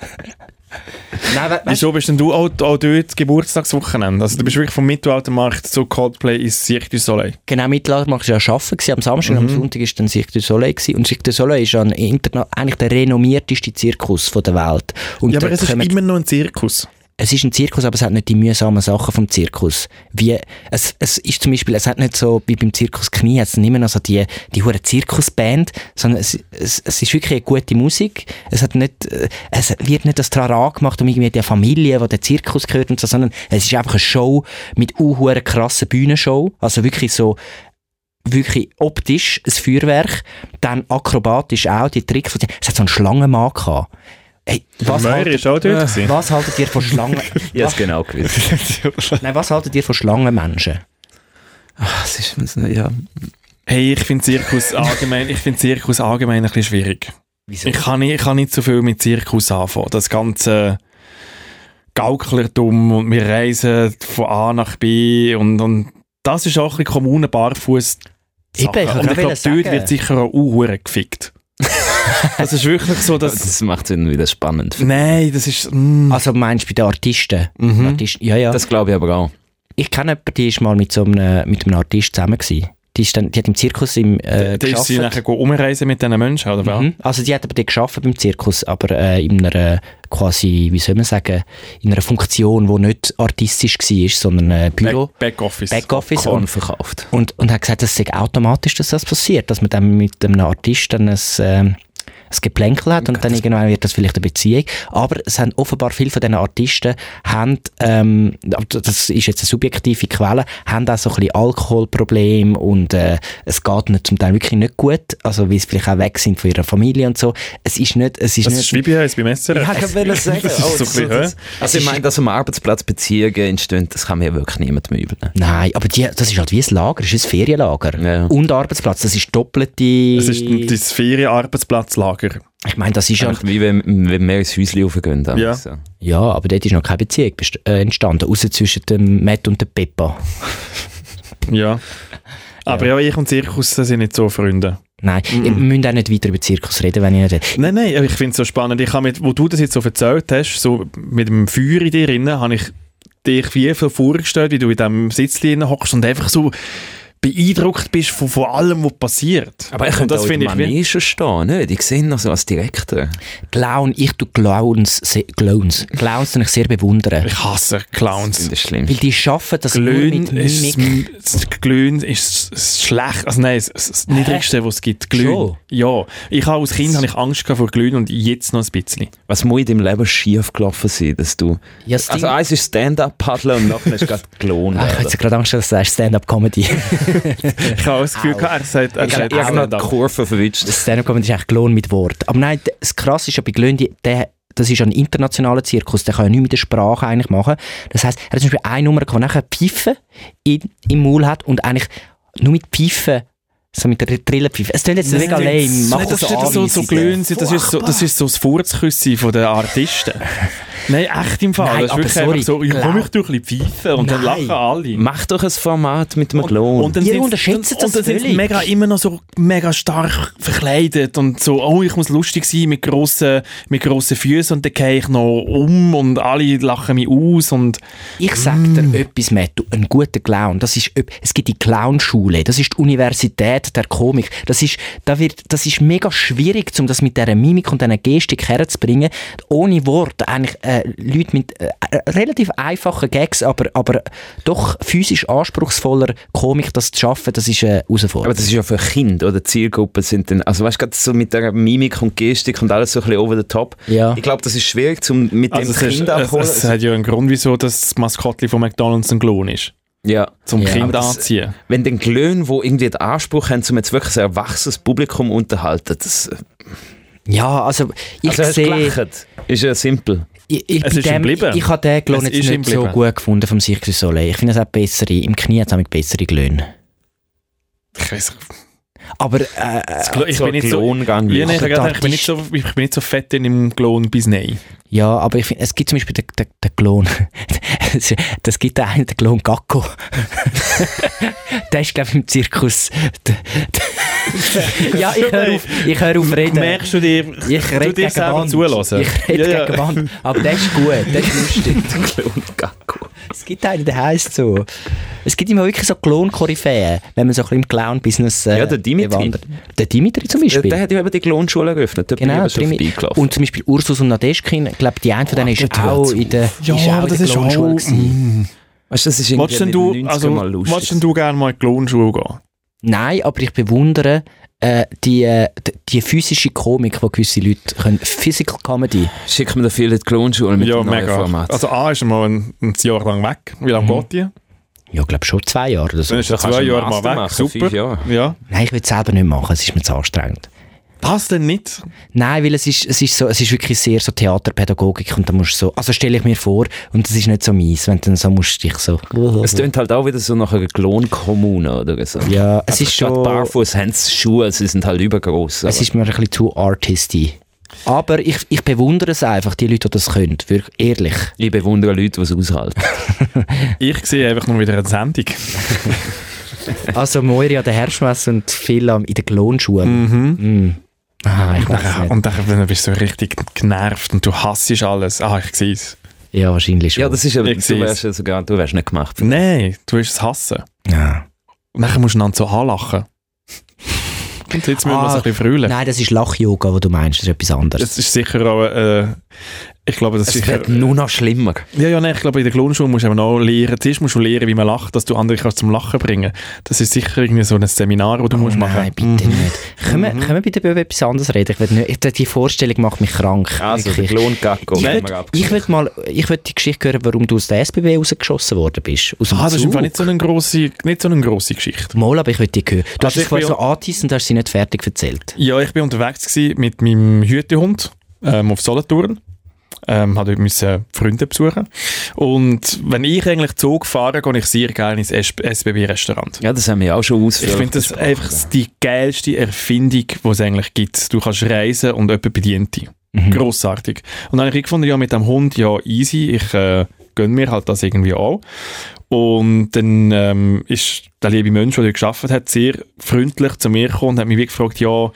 S3: Nein, we weißt,
S1: Wieso bist denn du auch, auch dort Geburtstagswochenende? Also du bist wirklich vom Mittelaltermarkt zu Coldplay ins Cirque du Soleil.
S3: genau Mittelalter machst du ja arbeiten gewesen, am Samstag
S1: Mhm.
S3: und am Sonntag ist dann Cirque du Soleil gewesen. und Cirque du Soleil ist ein interna- eigentlich der renommierteste Zirkus von der Welt. Und
S1: Ja, aber
S3: dort
S1: es ist
S3: kommen-
S1: immer noch ein Zirkus.
S3: es ist ein Zirkus, aber es hat nicht die mühsamen Sachen vom Zirkus. Wie, es, es ist zum Beispiel, es hat nicht so, wie beim Zirkus Knie, es sind immer noch so die, die hure Zirkusband, sondern es, es, es ist wirklich eine gute Musik. Es hat nicht, äh, es wird nicht das Trara gemacht um irgendwie die Familie, die den Zirkus gehört und so, sondern es ist einfach eine Show mit unhuren krassen Bühnenshow. Also wirklich so, wirklich optisch ein Feuerwerk, dann akrobatisch auch, die Tricks. die- Es hat so einen Schlangenmann gehabt. Hey, was
S1: Möhr
S3: haltet-
S1: ist auch dort gewesen.
S3: was haltet ihr von Schlangen?
S2: Ich hab's genau gewusst.
S3: was, nein, was haltet ihr von Schlangenmenschen?
S2: Das ist, ja.
S1: Hey, ich finde Zirkus allgemein, ich finde Zirkus allgemein ein bisschen schwierig.
S3: Wieso?
S1: Ich kann nicht, ich kann nicht so viel mit Zirkus anfangen. Das ganze Gauklertum und wir reisen von A nach B und, und das ist auch ein bisschen Kommune barfuß.
S3: Eben, ich
S1: und ich
S3: wollte
S1: glaube,
S3: gerade
S1: dort
S3: sagen.
S1: wird sicher auch Uhren gefickt. das ist wirklich so, dass.
S2: Das macht es wieder spannend.
S1: Nein, das ist. mm,
S3: Also meinst du bei den Artisten?
S1: mhm.
S3: Artisten ja, ja.
S2: Das glaube ich aber auch.
S3: ich kenne jemanden, die ist mal mit so einem, mit einem Artist zusammen gewesen. Die, ist dann, die hat im Zirkus im, äh,
S1: Da ist sie
S3: gearbeitet.
S1: nachher go umreisen mit diesen Menschen, oder? was?
S3: Mhm. Also die hat aber die geschafft beim Zirkus, aber äh, in einer äh, quasi, wie soll man sagen, in einer Funktion, die nicht artistisch war, sondern äh, Büro,
S1: Back, Backoffice.
S3: Backoffice.
S2: Korn
S3: Und,
S2: verkauft.
S3: und, und hat gesagt, es sei automatisch, dass das passiert, dass man dann mit einem Artist dann ein, ähm, ein Geplänkel hat und dann irgendwann wird das vielleicht eine Beziehung. Aber es haben offenbar viele von diesen Artisten, haben, ähm, aber das ist jetzt eine subjektive Quelle, haben auch so ein bisschen Alkoholprobleme und äh, es geht nicht, zum Teil wirklich nicht gut, also weil sie vielleicht auch weg sind von ihrer Familie und so. Es ist nicht... Es ist
S1: Das
S3: nicht
S1: ist wie bei uns beim SRF. Das
S3: oh,
S1: ist so ein bisschen, hä?
S2: Also ich meine, dass am Arbeitsplatz Beziehungen entstehen, das kann mir wirklich niemand mehr übel nehmen.
S3: Nein, aber die, das ist halt wie ein Lager, das ist ein Ferienlager.
S2: Ja.
S3: Und Arbeitsplatz, das ist doppelte...
S1: Es ist ein- dein Ferienarbeitsplatzlager.
S3: ich meine, das ist ja...
S2: Einfach Wie wenn, wenn wir ins Häuschen raufgehen. dann
S1: Ja.
S2: So.
S3: Ja, aber dort ist noch keine Beziehung best- äh, entstanden, außer zwischen dem Matt und dem Peppa.
S1: Ja. Aber ja. ich und Zirkus das sind nicht so Freunde.
S3: Nein,
S1: Mhm.
S3: wir müssen auch nicht weiter über Zirkus reden, wenn ich nicht will.
S1: Nein, nein, aber ich finde es so spannend. Ich hab mit, wo du das jetzt so erzählt hast, so mit dem Feuer in dir drin, habe ich dich wie viel vorgestellt, wie du in diesem Sitzchen hockst und einfach so beeindruckt bist von, von allem, was passiert.
S2: Aber ich
S1: und
S2: könnte
S1: das
S2: auch in
S1: finde ich wie,
S2: Manege stehen, nicht? Ich sehe ihn noch so als Direktor.
S3: Clown, ich tu Clowns, se- Clowns, Clowns tue ich sehr bewundern.
S1: ich hasse Clowns.
S2: Das ist schlimm.
S3: Weil die schaffen das nur
S1: Glühen
S3: mit
S1: ist,
S3: Mimik.
S1: das Glühen ist s- schlecht, also nein, das, das Niedrigste, was es gibt, Glühen.
S3: Schon?
S1: Ja, ich habe als Kind habe ich Angst gehabt vor Glühen und jetzt noch ein bisschen.
S2: Was muss in deinem Leben schief gelaufen sein, dass du...
S3: Ja, das
S2: also
S3: Ding-
S2: eins ist Stand-Up-Paddeln und nachher ist gerade gelohnt.
S3: Ah, ich
S2: werden.
S3: habe jetzt gerade Angst, dass du sagst Stand-up-Comedy.
S1: Ich habe auch das Gefühl, gehabt, er sagt, er sagt
S2: Irgendwann die
S1: Stand-up.
S2: Kurve verwitscht.
S3: Stand-up-Comedy ist eigentlich Clown mit Wort. Aber nein, d- das Krasse ist ja bei Glöhn, die- der das ist ja ein internationaler Zirkus, der kann ja nichts mit der Sprache eigentlich machen. Das heisst, er hat zum Beispiel eine Nummer, die nachher Pfeife in, im Maul hat und eigentlich nur mit Pfeife, so mit der Trillenpfeife. Es klingt jetzt mega lame, mach
S1: Nein, das,
S3: so
S1: ist so, so
S3: Anweisungen.
S1: glühen, sie- das, ist so, das ist so das Furzküssi von den Artisten. Nein, echt im Fall.
S3: Nein,
S1: das ist
S3: aber
S1: wirklich
S3: sorry,
S1: einfach so, ich
S3: glaub-
S1: komm mich durch ein bisschen pfeifen und dann
S3: Nein.
S1: lachen alle.
S2: Mach doch ein Format mit einem Clown.
S1: dann
S3: Ihr
S1: sind's-
S3: unterschätzt
S1: und,
S3: das
S1: und dann sind
S3: völlig.
S1: mega immer noch so mega stark verkleidet und so, oh, ich muss lustig sein mit grossen, mit grossen Füßen und dann gehe ich noch um und alle lachen mich aus und
S3: Ich sag dir etwas, Matt, du, ein guter Clown, das ist, öp- es gibt die Clownschule, das ist die Universität Intensität der Komik. Das ist, da wird, das ist mega schwierig, um das mit dieser Mimik und dieser Gestik herzubringen. Ohne Wort eigentlich äh, Leute mit äh, relativ einfachen Gags, aber, aber doch physisch anspruchsvoller Komik, das zu schaffen, das ist eine
S2: Aber
S3: Herausforderung.
S2: das ist ja für Kinder oder Zielgruppen sind dann, also weißt du, gerade so mit der Mimik und Gestik und alles so ein bisschen over the top.
S3: Ja.
S2: Ich glaube, das ist schwierig, zum mit
S1: Also es,
S2: dem
S1: ist,
S2: Kind
S1: es,
S2: abholen.
S1: es hat ja einen Grund, wieso das Maskottli von McDonalds ein Klon ist.
S2: ja.
S1: Zum
S3: Ja,
S1: Kind
S2: aber das-
S1: anziehen.
S2: Wenn den Glöhn, wo irgendwie den Anspruch haben, um jetzt wirklich ein erwachsenes Publikum unterhalten, das
S3: Ja, also ich
S2: also hast du
S3: sehe...
S2: gelacht. ist ja simpel.
S3: Ich, ich,
S1: Es
S3: bei
S1: ist ihm
S3: dem,
S1: geblieben.
S3: ich habe den Glon
S1: Es
S3: jetzt
S1: ist ihm
S3: nicht so
S1: geblieben.
S3: gut gefunden vom Cirque du Soleil. Ich finde es auch bessere, im Knie hat es auch mit bessere Glöhne.
S1: Ich weiß
S3: Aber äh,
S1: Ich, ich, bin nicht so,
S2: Glongang.
S1: Ja, nein, ich,
S3: Aber
S1: habe gedacht,
S3: da
S1: ich, bin nicht
S3: ist-
S1: so, ich bin nicht so fett in dem Klon bis nein.
S3: ja, aber ich finde, es gibt zum Beispiel den, den, den Glon, das- das gibt einen, den Glon Gacko. der ist, glaube ich, im Zirkus. Der- der- ja, ich höre auf, ich hör auf reden.
S1: Merkst du dir,
S3: ich
S1: du dir
S3: rede gegen
S1: selber
S3: Wand.
S1: zulassen?
S3: Ich rede
S1: Ja, ja.
S3: gegen Wand. Aber der ist gut, der ist lustig. Es gibt einen, der heisst so. Es gibt immer wirklich so Klon-Koryphäen, wenn man so ein bisschen im Clown-Business äh,
S2: Ja, der Dimitri.
S3: bewandert. Der Dimitri zum
S2: Ja,
S3: Beispiel.
S2: der hat ja eben die Glonschule eröffnet. Da bin ich
S3: genau,
S2: eben schon
S3: Dimitri.
S2: vorbeigelaufen.
S3: Und zum Beispiel Ursus und Nadeschkin, ich glaube, die eine von denen ist
S2: dort
S3: auch
S2: hört's
S3: in der
S1: Ja,
S3: ist auch mhm.
S1: aber
S3: in
S1: das
S3: der
S1: ist
S3: Klonschule
S1: auch-
S3: gewesen.
S2: Weißt du, das ist
S1: Wolltest denn
S2: irgendwie in
S1: du,
S2: den 90ern
S1: also,
S2: mal lustig.
S1: wolltest denn du gerne mal in die Klonschuhe gehen?
S3: Nein, aber ich bewundere äh, die, äh, d- die physische Komik, die gewisse Leute können. Physical Comedy.
S2: Schick mir dafür die Klonschule mit
S1: ja,
S2: dem neuen
S1: mega.
S2: Format. Mhm.
S1: Also A ist er mal ein, ein Jahr lang weg. Wie lange geht die?
S3: Ja, ich glaube schon zwei Jahre oder so.
S1: Dann ist er
S2: kannst
S1: zwei
S2: du
S1: Jahre
S2: einen
S1: mal
S2: Master
S1: weg.
S2: machen,
S1: Super.
S2: fünf Jahre.
S1: Ja.
S3: Nein, ich will es selber nicht machen, es ist mir zu anstrengend.
S1: Was denn nicht?
S3: Nein, weil es ist, es ist so, es ist wirklich sehr so Theaterpädagogik und da musst du so, also stelle ich mir vor, und das ist nicht so mies, wenn du dann so musst dich so.
S2: es tönt halt auch wieder so nach einer Klonkommune oder so.
S3: Ja, es ist
S2: Statt
S3: schon,
S2: barfuß haben sie Schuhe, sie sind halt übergroß.
S3: es
S2: aber-
S3: ist mir ein bisschen zu artisty. Aber ich, ich bewundere es einfach, die Leute, die das können, wirklich, ehrlich.
S2: ich bewundere Leute, die es aushalten.
S1: Ich sehe einfach nur wieder eine Sendung.
S3: Also Moiri an der Herbstmesse und viel am- in den Glonschuhen.
S1: Mhm.
S3: Mhm. Ah, ich weiß
S1: Ja,
S3: nicht.
S1: und dann bist du so richtig genervt und du hassest alles. Ah, ich sehe es.
S3: Ja, wahrscheinlich schon.
S2: ja, das ist aber,
S1: Ich
S2: du
S1: sehe
S2: wärst ja sogar, du wärst nicht gemacht.
S1: Nein, du wirst es hassen.
S3: ja.
S1: Und dann musst du einander so anlachen. Und jetzt müssen wir
S3: Ah,
S1: so ein bisschen frühlen.
S3: Nein, das ist Lach-Yoga, was du meinst, das ist etwas anderes.
S1: Das ist sicher auch, äh, ich glaube, das ist
S2: Es
S1: sicher...
S2: wird nur noch schlimmer.
S1: Ja, ja, nein, ich glaube, in der Grundschule musst du eben auch lernen, zuerst musst du lernen, wie man lacht, dass du andere kannst zum Lachen bringen Das ist sicher irgendwie so ein Seminar, das Mhm. du musst machen
S3: Nein, bitte nicht. Können, wir, können wir bitte über etwas anderes reden? Ich will nicht, ich, die Vorstellung macht mich krank.
S2: Also, der
S3: wirklich.
S2: Klonkacko
S3: ich
S2: werden wir
S3: würde ich
S2: abgeschnitten.
S3: würd mal ich würd die Geschichte hören, warum du aus der SBB rausgeschossen worden bist. Aus dem
S1: Ah, das ist
S3: Zug.
S1: einfach nicht so eine grosse, nicht so eine grosse Geschichte.
S3: Mal, aber ich würde die hören. Du hast
S1: Also
S3: es
S1: ich
S3: vorher
S1: bin
S3: so angeheizt und hast sie nicht fertig erzählt.
S1: Ja, ich bin unterwegs gsi mit meinem Hütehund ähm, auf Solothurn. Ähm, hatte müssen Freunde besuchen. Und wenn ich eigentlich Zug fahre, gehe ich sehr gerne ins SBB-Restaurant.
S2: Ja, das haben wir auch schon
S1: Ich
S2: ausführlich
S1: finde das
S2: besprochen.
S1: einfach die geilste Erfindung, die es eigentlich gibt. Du kannst reisen und jemand bedient dich. Grossartig. Und dann habe ich gefunden, ja, mit dem Hund, ja, easy, ich äh, gönne mir halt das irgendwie auch. Und dann ähm, ist der liebe Mensch, der dort gearbeitet hat, sehr freundlich zu mir gekommen und hat mich wie gefragt, ja,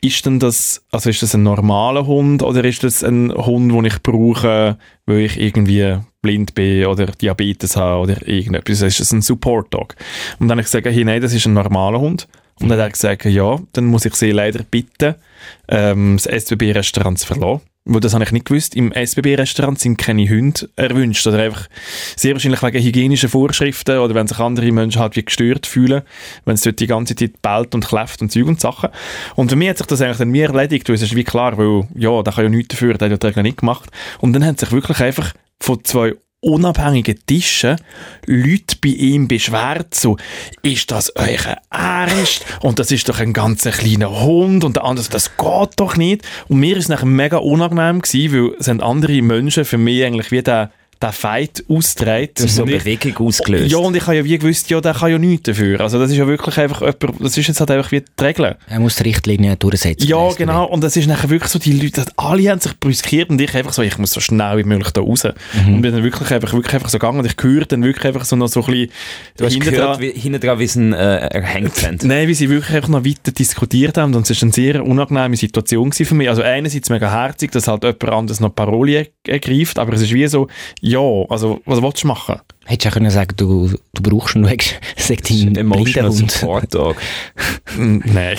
S1: ist denn das, also ist das ein normaler Hund oder ist das ein Hund, den ich brauche, weil ich irgendwie blind bin oder Diabetes habe oder irgendetwas? Ist das ein Support-Dog? Und dann habe ich gesagt, hey, nein, das ist ein normaler Hund. Und dann hat er gesagt, ja, dann muss ich sie leider bitten, ähm, das SBB-Restaurant zu verlassen. Weil das habe ich nicht gewusst. Im SBB-Restaurant sind keine Hunde erwünscht. Oder einfach sehr wahrscheinlich wegen hygienischen Vorschriften oder wenn sich andere Menschen halt wie gestört fühlen, wenn es dort die ganze Zeit bellt und kläfft und Zeug und Sachen. Und für mich hat sich das eigentlich dann mir erledigt, weil es ist wie klar, weil ja, da kann ja nichts dafür, der hat ja die Regeln nicht gemacht. Und dann haben sich wirklich einfach von zwei unabhängigen Tischen Leute bei ihm beschwert, so, ist das euer Ernst? Und das ist doch ein ganz kleiner Hund und der andere, so, das geht doch nicht. Und mir ist es nachher mega unangenehm gewesen, weil es haben andere Menschen für mich eigentlich wie der, der Fight austreit.
S2: so
S1: Und
S2: eine
S1: ich-
S2: Bewegung ausgelöst.
S1: ja, und ich habe ja wie gewusst, ja, der kann ja nichts dafür. Also das ist ja wirklich einfach jemand, das ist jetzt halt einfach wie die Regeln.
S3: Er muss die Richtlinie durchsetzen.
S1: Ja,
S3: der SBB.
S1: genau. Und das ist nachher wirklich so, die Leute, alle haben sich brüskiert und ich einfach so, ich muss so schnell wie möglich da raus.
S2: Mhm.
S1: Und bin dann wirklich einfach, wirklich einfach so gegangen und ich höre dann wirklich einfach so noch so ein bisschen
S2: du hast
S1: hinten
S2: gehört,
S1: dran-
S2: wie, hinten dran, wie sie ihn äh, erhängt haben.
S1: Nein, wie sie wirklich einfach noch weiter diskutiert haben und es ist eine sehr unangenehme Situation gewesen für mich. Also einerseits mega herzig, dass halt jemand anderes noch Paroli er- ergreift, aber es ist wie so, ja, also was willst du machen?
S3: Hättest du auch können sagen, du, du brauchst nur sagt dein
S2: Emotional
S3: Blindenhund.
S2: Support Dog.
S1: Nein.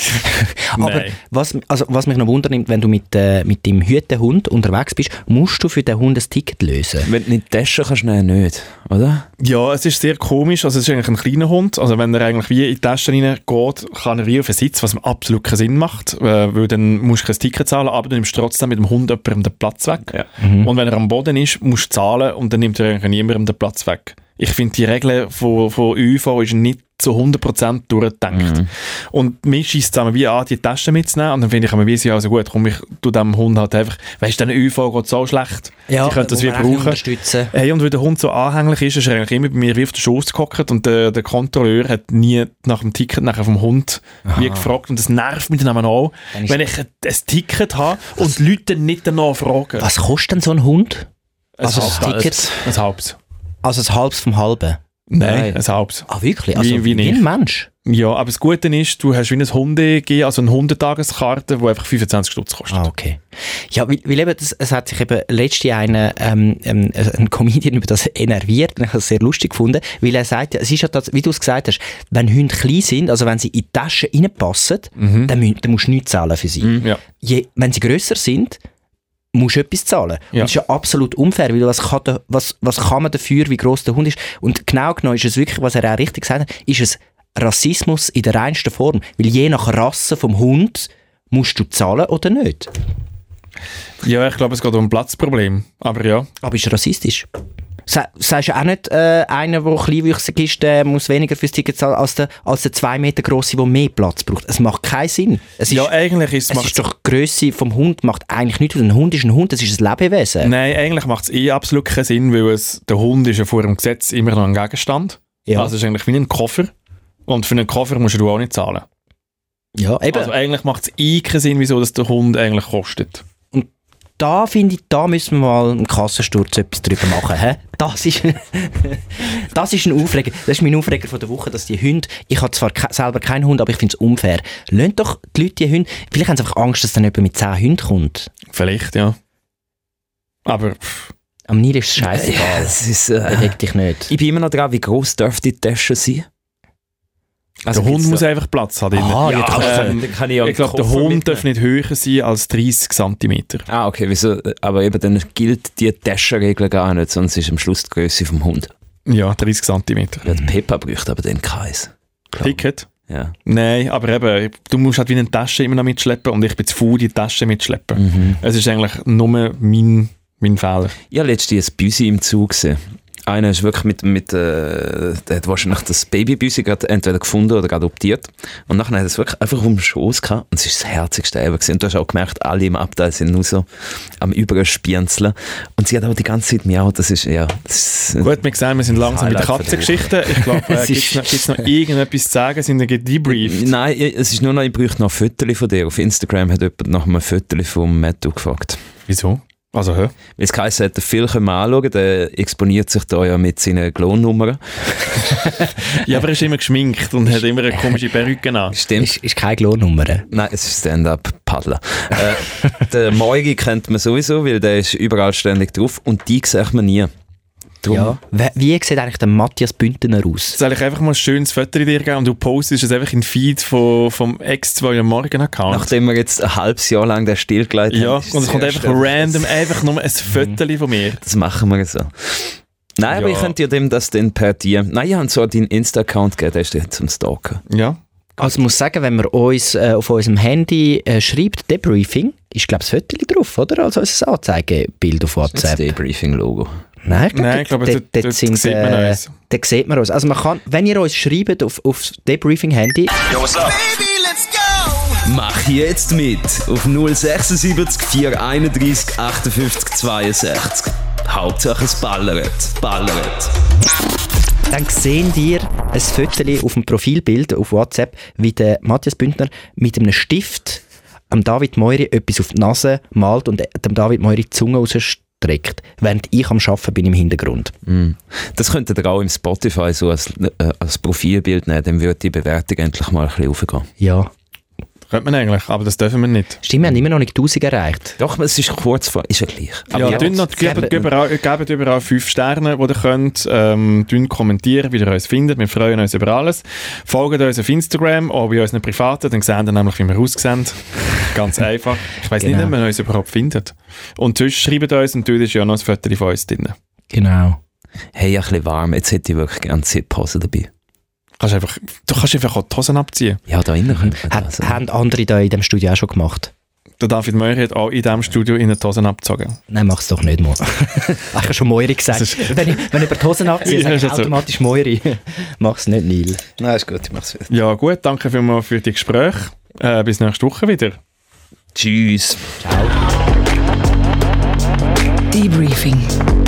S3: Aber
S1: Nein.
S3: was, also, was mich noch wundernimmt, wenn du mit, äh, mit deinem Hütehund unterwegs bist, musst du für den Hund ein Ticket lösen.
S2: Wenn du nicht testen kannst, dann nicht, oder?
S1: Ja, es ist sehr komisch. Also, es ist eigentlich ein kleiner Hund. Also, wenn er eigentlich wie in die Tasche reingeht, kann er wie auf den Sitz, was absolut keinen Sinn macht. Äh, weil dann musst du kein Ticket zahlen, aber du nimmst trotzdem mit dem Hund jemandem den Platz weg. Und wenn er am Boden ist, musst du zahlen und dann nimmt er eigentlich niemandem den Platz weg. Ich finde, die Regeln von, von ÖV ist nicht zu 100% durchgedacht. Und mir schießt es wie an, die Taschen mitzunehmen. Und dann finde ich immer, wie sie also gut, komm, ich tu dem Hund halt einfach, weißt du, den ÖV geht so schlecht. die können das
S3: wo
S1: wie
S3: man auch nicht
S1: brauchen.
S3: Unterstützen.
S1: Hey, und weil der Hund so anhänglich ist, ist er eigentlich immer bei mir wie auf den Schoß gehockt und der, der Kontrolleur hat nie nach dem Ticket nachher vom Hund wie gefragt und das nervt mich dann auch,
S3: Dann ist-
S1: wenn ich ein, ein Ticket habe und die Leute dann nicht danach fragen.
S3: Was kostet denn so ein Hund?
S1: Ein
S3: also das
S1: halbes.
S3: Ticket?
S1: Ein halbes.
S3: Also ein halbes vom halben.
S1: Nein,
S2: Nein.
S1: ein halbes.
S3: Ah, wirklich?
S1: Wie-
S3: Also
S1: wie nicht.
S3: ein Mensch?
S1: Ja, aber das Gute ist, du hast wie ein Hunde also eine Hundetageskarte, die einfach 25 Stutz kostet.
S3: Ah, okay. Ja, weil, weil eben, das, es hat sich eben letztens eine, ähm, ähm, ein Comedian über das enerviert und ich habe es sehr lustig gefunden, weil er sagt, es ist ja das, wie du es gesagt hast, wenn Hunde klein sind, also wenn sie in die Tasche reinpassen,
S1: Mhm.
S3: dann, mü- dann musst du nichts zahlen für sie.
S1: Ja.
S3: Je, wenn sie grösser sind, musst du etwas zahlen.
S1: Ja.
S3: Und das ist ja absolut unfair, weil was kann, der, was, was kann man dafür, wie gross der Hund ist? Und genau genommen ist es wirklich, was er auch richtig gesagt hat, ist es Rassismus in der reinsten Form. Weil je nach Rasse vom Hund musst du zahlen oder nicht.
S1: ja, ich glaube, es geht um ein Platzproblem. Aber ja.
S3: Aber ist rassistisch. Sa- Sagst du auch nicht, äh, einer, der kleinwüchsig ist, der muss weniger fürs Ticket zahlen als der, als der zwei Meter grosse, der mehr Platz braucht? Es macht keinen Sinn. Es ist,
S1: ja, eigentlich ist,
S3: es
S1: macht's-
S3: ist doch die Grösse vom Hund macht eigentlich nichts. aus. Ein Hund ist ein Hund, das ist ein Lebewesen.
S1: Nein, eigentlich macht es eh absolut keinen Sinn, weil es, der Hund ist ja vor dem Gesetz immer noch ein Gegenstand.
S3: Ja.
S1: Also es ist eigentlich wie ein Koffer. Und für einen Koffer musst du auch nicht zahlen.
S3: ja, eben.
S1: Also eigentlich macht es eh keinen Sinn, wieso das der Hund eigentlich kostet.
S3: da finde ich, da müssen wir mal einen Kassensturz etwas drüber machen. He? Das ist, das ist ein Aufreger. Das ist mein Aufreger von der Woche, dass die Hunde, ich habe zwar ke selber keinen Hund, aber ich finde es unfair. Löhnt doch die Leute die Hunde, vielleicht haben sie einfach Angst, dass dann jemand mit 10 Hunden kommt.
S1: Vielleicht, ja. Aber pff,
S3: Am Nil ist es scheißegal.
S2: Es ist, äh,
S3: Beweg dich nicht.
S2: ich bin immer noch dran, wie groß dürfte die Tasche sein? Also
S1: der Hund
S2: gibt's
S1: muss
S2: da-
S1: einfach Platz haben. drinnen.
S3: Ah, ja,
S2: Ja,
S3: da
S2: aber
S1: kannst du-
S2: dann- dann kann ich ja
S1: ich glaube, der
S2: einen Koffer
S1: Hund
S2: mitnehmen.
S1: darf nicht höher sein als 30 cm.
S2: Ah, okay, wieso? aber eben dann gilt die Taschenregel gar nicht, sonst ist am Schluss die Größe vom Hund.
S1: Ja, 30 cm.
S2: Ja, der Peppa bräuchte aber den Kreis.
S1: Ticket?
S2: Ja.
S1: Nein, aber eben, du musst halt wie eine Tasche immer noch mitschleppen und ich bin zu faul, die Tasche mitschleppen. Es ist eigentlich nur mein, mein Fehler.
S2: Ich habe letztens ein Büsi im Zug gesehen. Einer ist wirklich mit, mit äh, der hat wahrscheinlich das Babybüsi gerade entweder gefunden oder gerade adoptiert. Und nachher hat er es wirklich einfach um den Schoß gehabt und es ist das herzigste ever gewesen. Und du hast auch gemerkt, alle im Abteil sind nur so am Überspienzeln. Und sie hat aber die ganze Zeit miaut, das ist, ja, das ist,
S1: Gut, wir sehen, wir sind langsam bei der
S2: Highlight von der
S1: Katzengeschichte. Ich glaube, äh,
S2: Es
S1: gibt
S2: ist-
S1: es noch, gibt's noch irgendetwas zu sagen? Sind wir gedebrieft?
S2: Nein, ich- es ist nur noch, ich bräuchte noch ein Foto von dir. Auf Instagram hat jemand nach einem Foto von Mattu gefragt.
S1: Wieso? Also, hä?
S2: Weil es geheißen hat, der Phil können wir anschauen, der exponiert sich da ja mit seinen Klonnummern.
S1: Ja, aber er ist immer geschminkt und hat immer eine komische Perücke an.
S2: Stimmt.
S3: ist, ist keine Glonnummer.
S2: Nein, es ist Stand-up-Paddler. äh, der Moigi kennt man sowieso, weil der ist überall ständig drauf und die sieht man nie. Drum,
S3: Ja. Wie, wie sieht eigentlich der Matthias Bündner aus?
S1: Soll ich einfach mal ein schönes Foto dir geben und du postest es einfach in den Feed von, vom Ex-2 am Morgen-Account?
S2: Nachdem wir jetzt ein halbes Jahr lang den stillgelegt
S1: Ja,
S2: haben.
S1: und
S2: ist
S1: es kommt
S2: sehr Mhm.
S1: einfach
S2: schnell-
S1: random, einfach nur ein Foto von mir.
S2: Das machen wir so. Nein, aber
S1: Ja.
S2: ich könnte ja dem das dann per dir. Nein, ich habe zwar deinen Insta-Account gegeben, der ist jetzt zum Stalken.
S1: Ja.
S3: Also ich muss sagen, wenn man uns äh, auf unserem Handy äh, schreibt, Debriefing, ist glaube ich das Foto drauf, oder? Also unser Anzeigebild auf
S2: Das
S3: WhatsApp.
S2: Debriefing-Logo.
S3: Nein, ich
S1: Nein, ich glaube,
S3: dort-
S1: dort-
S3: dort
S1: dort
S3: sind,
S1: sieht man
S3: äh,
S1: uns.
S3: Dort sieht man uns. Also man kann, wenn ihr uns schreibt auf, auf Debriefing-Handy,
S5: Mach jetzt mit auf 076 431 58 62. Hauptsache es ballert, ballert.
S3: dann sehen ihr ein Foto auf dem Profilbild auf WhatsApp, wie der Matthias Bündner mit einem Stift am David Meury etwas auf die Nase malt und dem David Meury die Zunge rausstreckt, während ich am Arbeiten bin im Hintergrund.
S2: Das könntet ihr auch im Spotify so als, äh, als Profilbild nehmen, dann würde die Bewertung endlich mal ein bisschen aufgehen.
S3: Ja.
S1: Könnte man eigentlich, aber das dürfen wir nicht.
S3: Stimmt, wir haben immer noch nicht 1000 erreicht.
S2: Doch, aber es ist kurz vor, ist ja gleich.
S1: ja, dünn noch, gebt, überall, gebt überall fünf Sterne, die ihr könnt. Ähm, dünn kommentieren, wie ihr uns findet. Wir freuen uns über alles. Folgt uns auf Instagram, auch bei unseren Privaten, dann seht ihr nämlich, wie wir aussehen. Ganz einfach. Ich weiss nicht,
S3: Genau.
S1: ob man uns überhaupt findet. Und sonst schreibt uns und dort ist ja noch ein Foto von uns drin.
S3: Genau.
S2: Hey, ein bisschen warm. Jetzt hätte ich wirklich gerne Zip-Hose dabei.
S1: Kannst einfach, du kannst einfach auch die Hosen abziehen.
S2: Ja, da innen könnte man
S3: Hat,
S2: das.
S3: Haben andere da in dem Studio auch schon gemacht?
S1: Der David Meurer hat auch in diesem Studio in die Hosen abgezogen.
S3: Nein, mach's doch nicht, Mo. ich habe schon Moiri gesagt.
S1: Das ist-
S3: Wenn ich, wenn ich über die Hosen abziehe,
S1: Ja,
S3: sage
S1: ist
S3: ich
S1: ja so.
S3: automatisch Moiri. mach's nicht, Neil.
S2: Nein, ist gut, ich mach's wieder.
S1: Ja gut, danke vielmals für die Gespräche. Äh, bis nächste Woche wieder.
S2: Tschüss.
S4: Debriefing.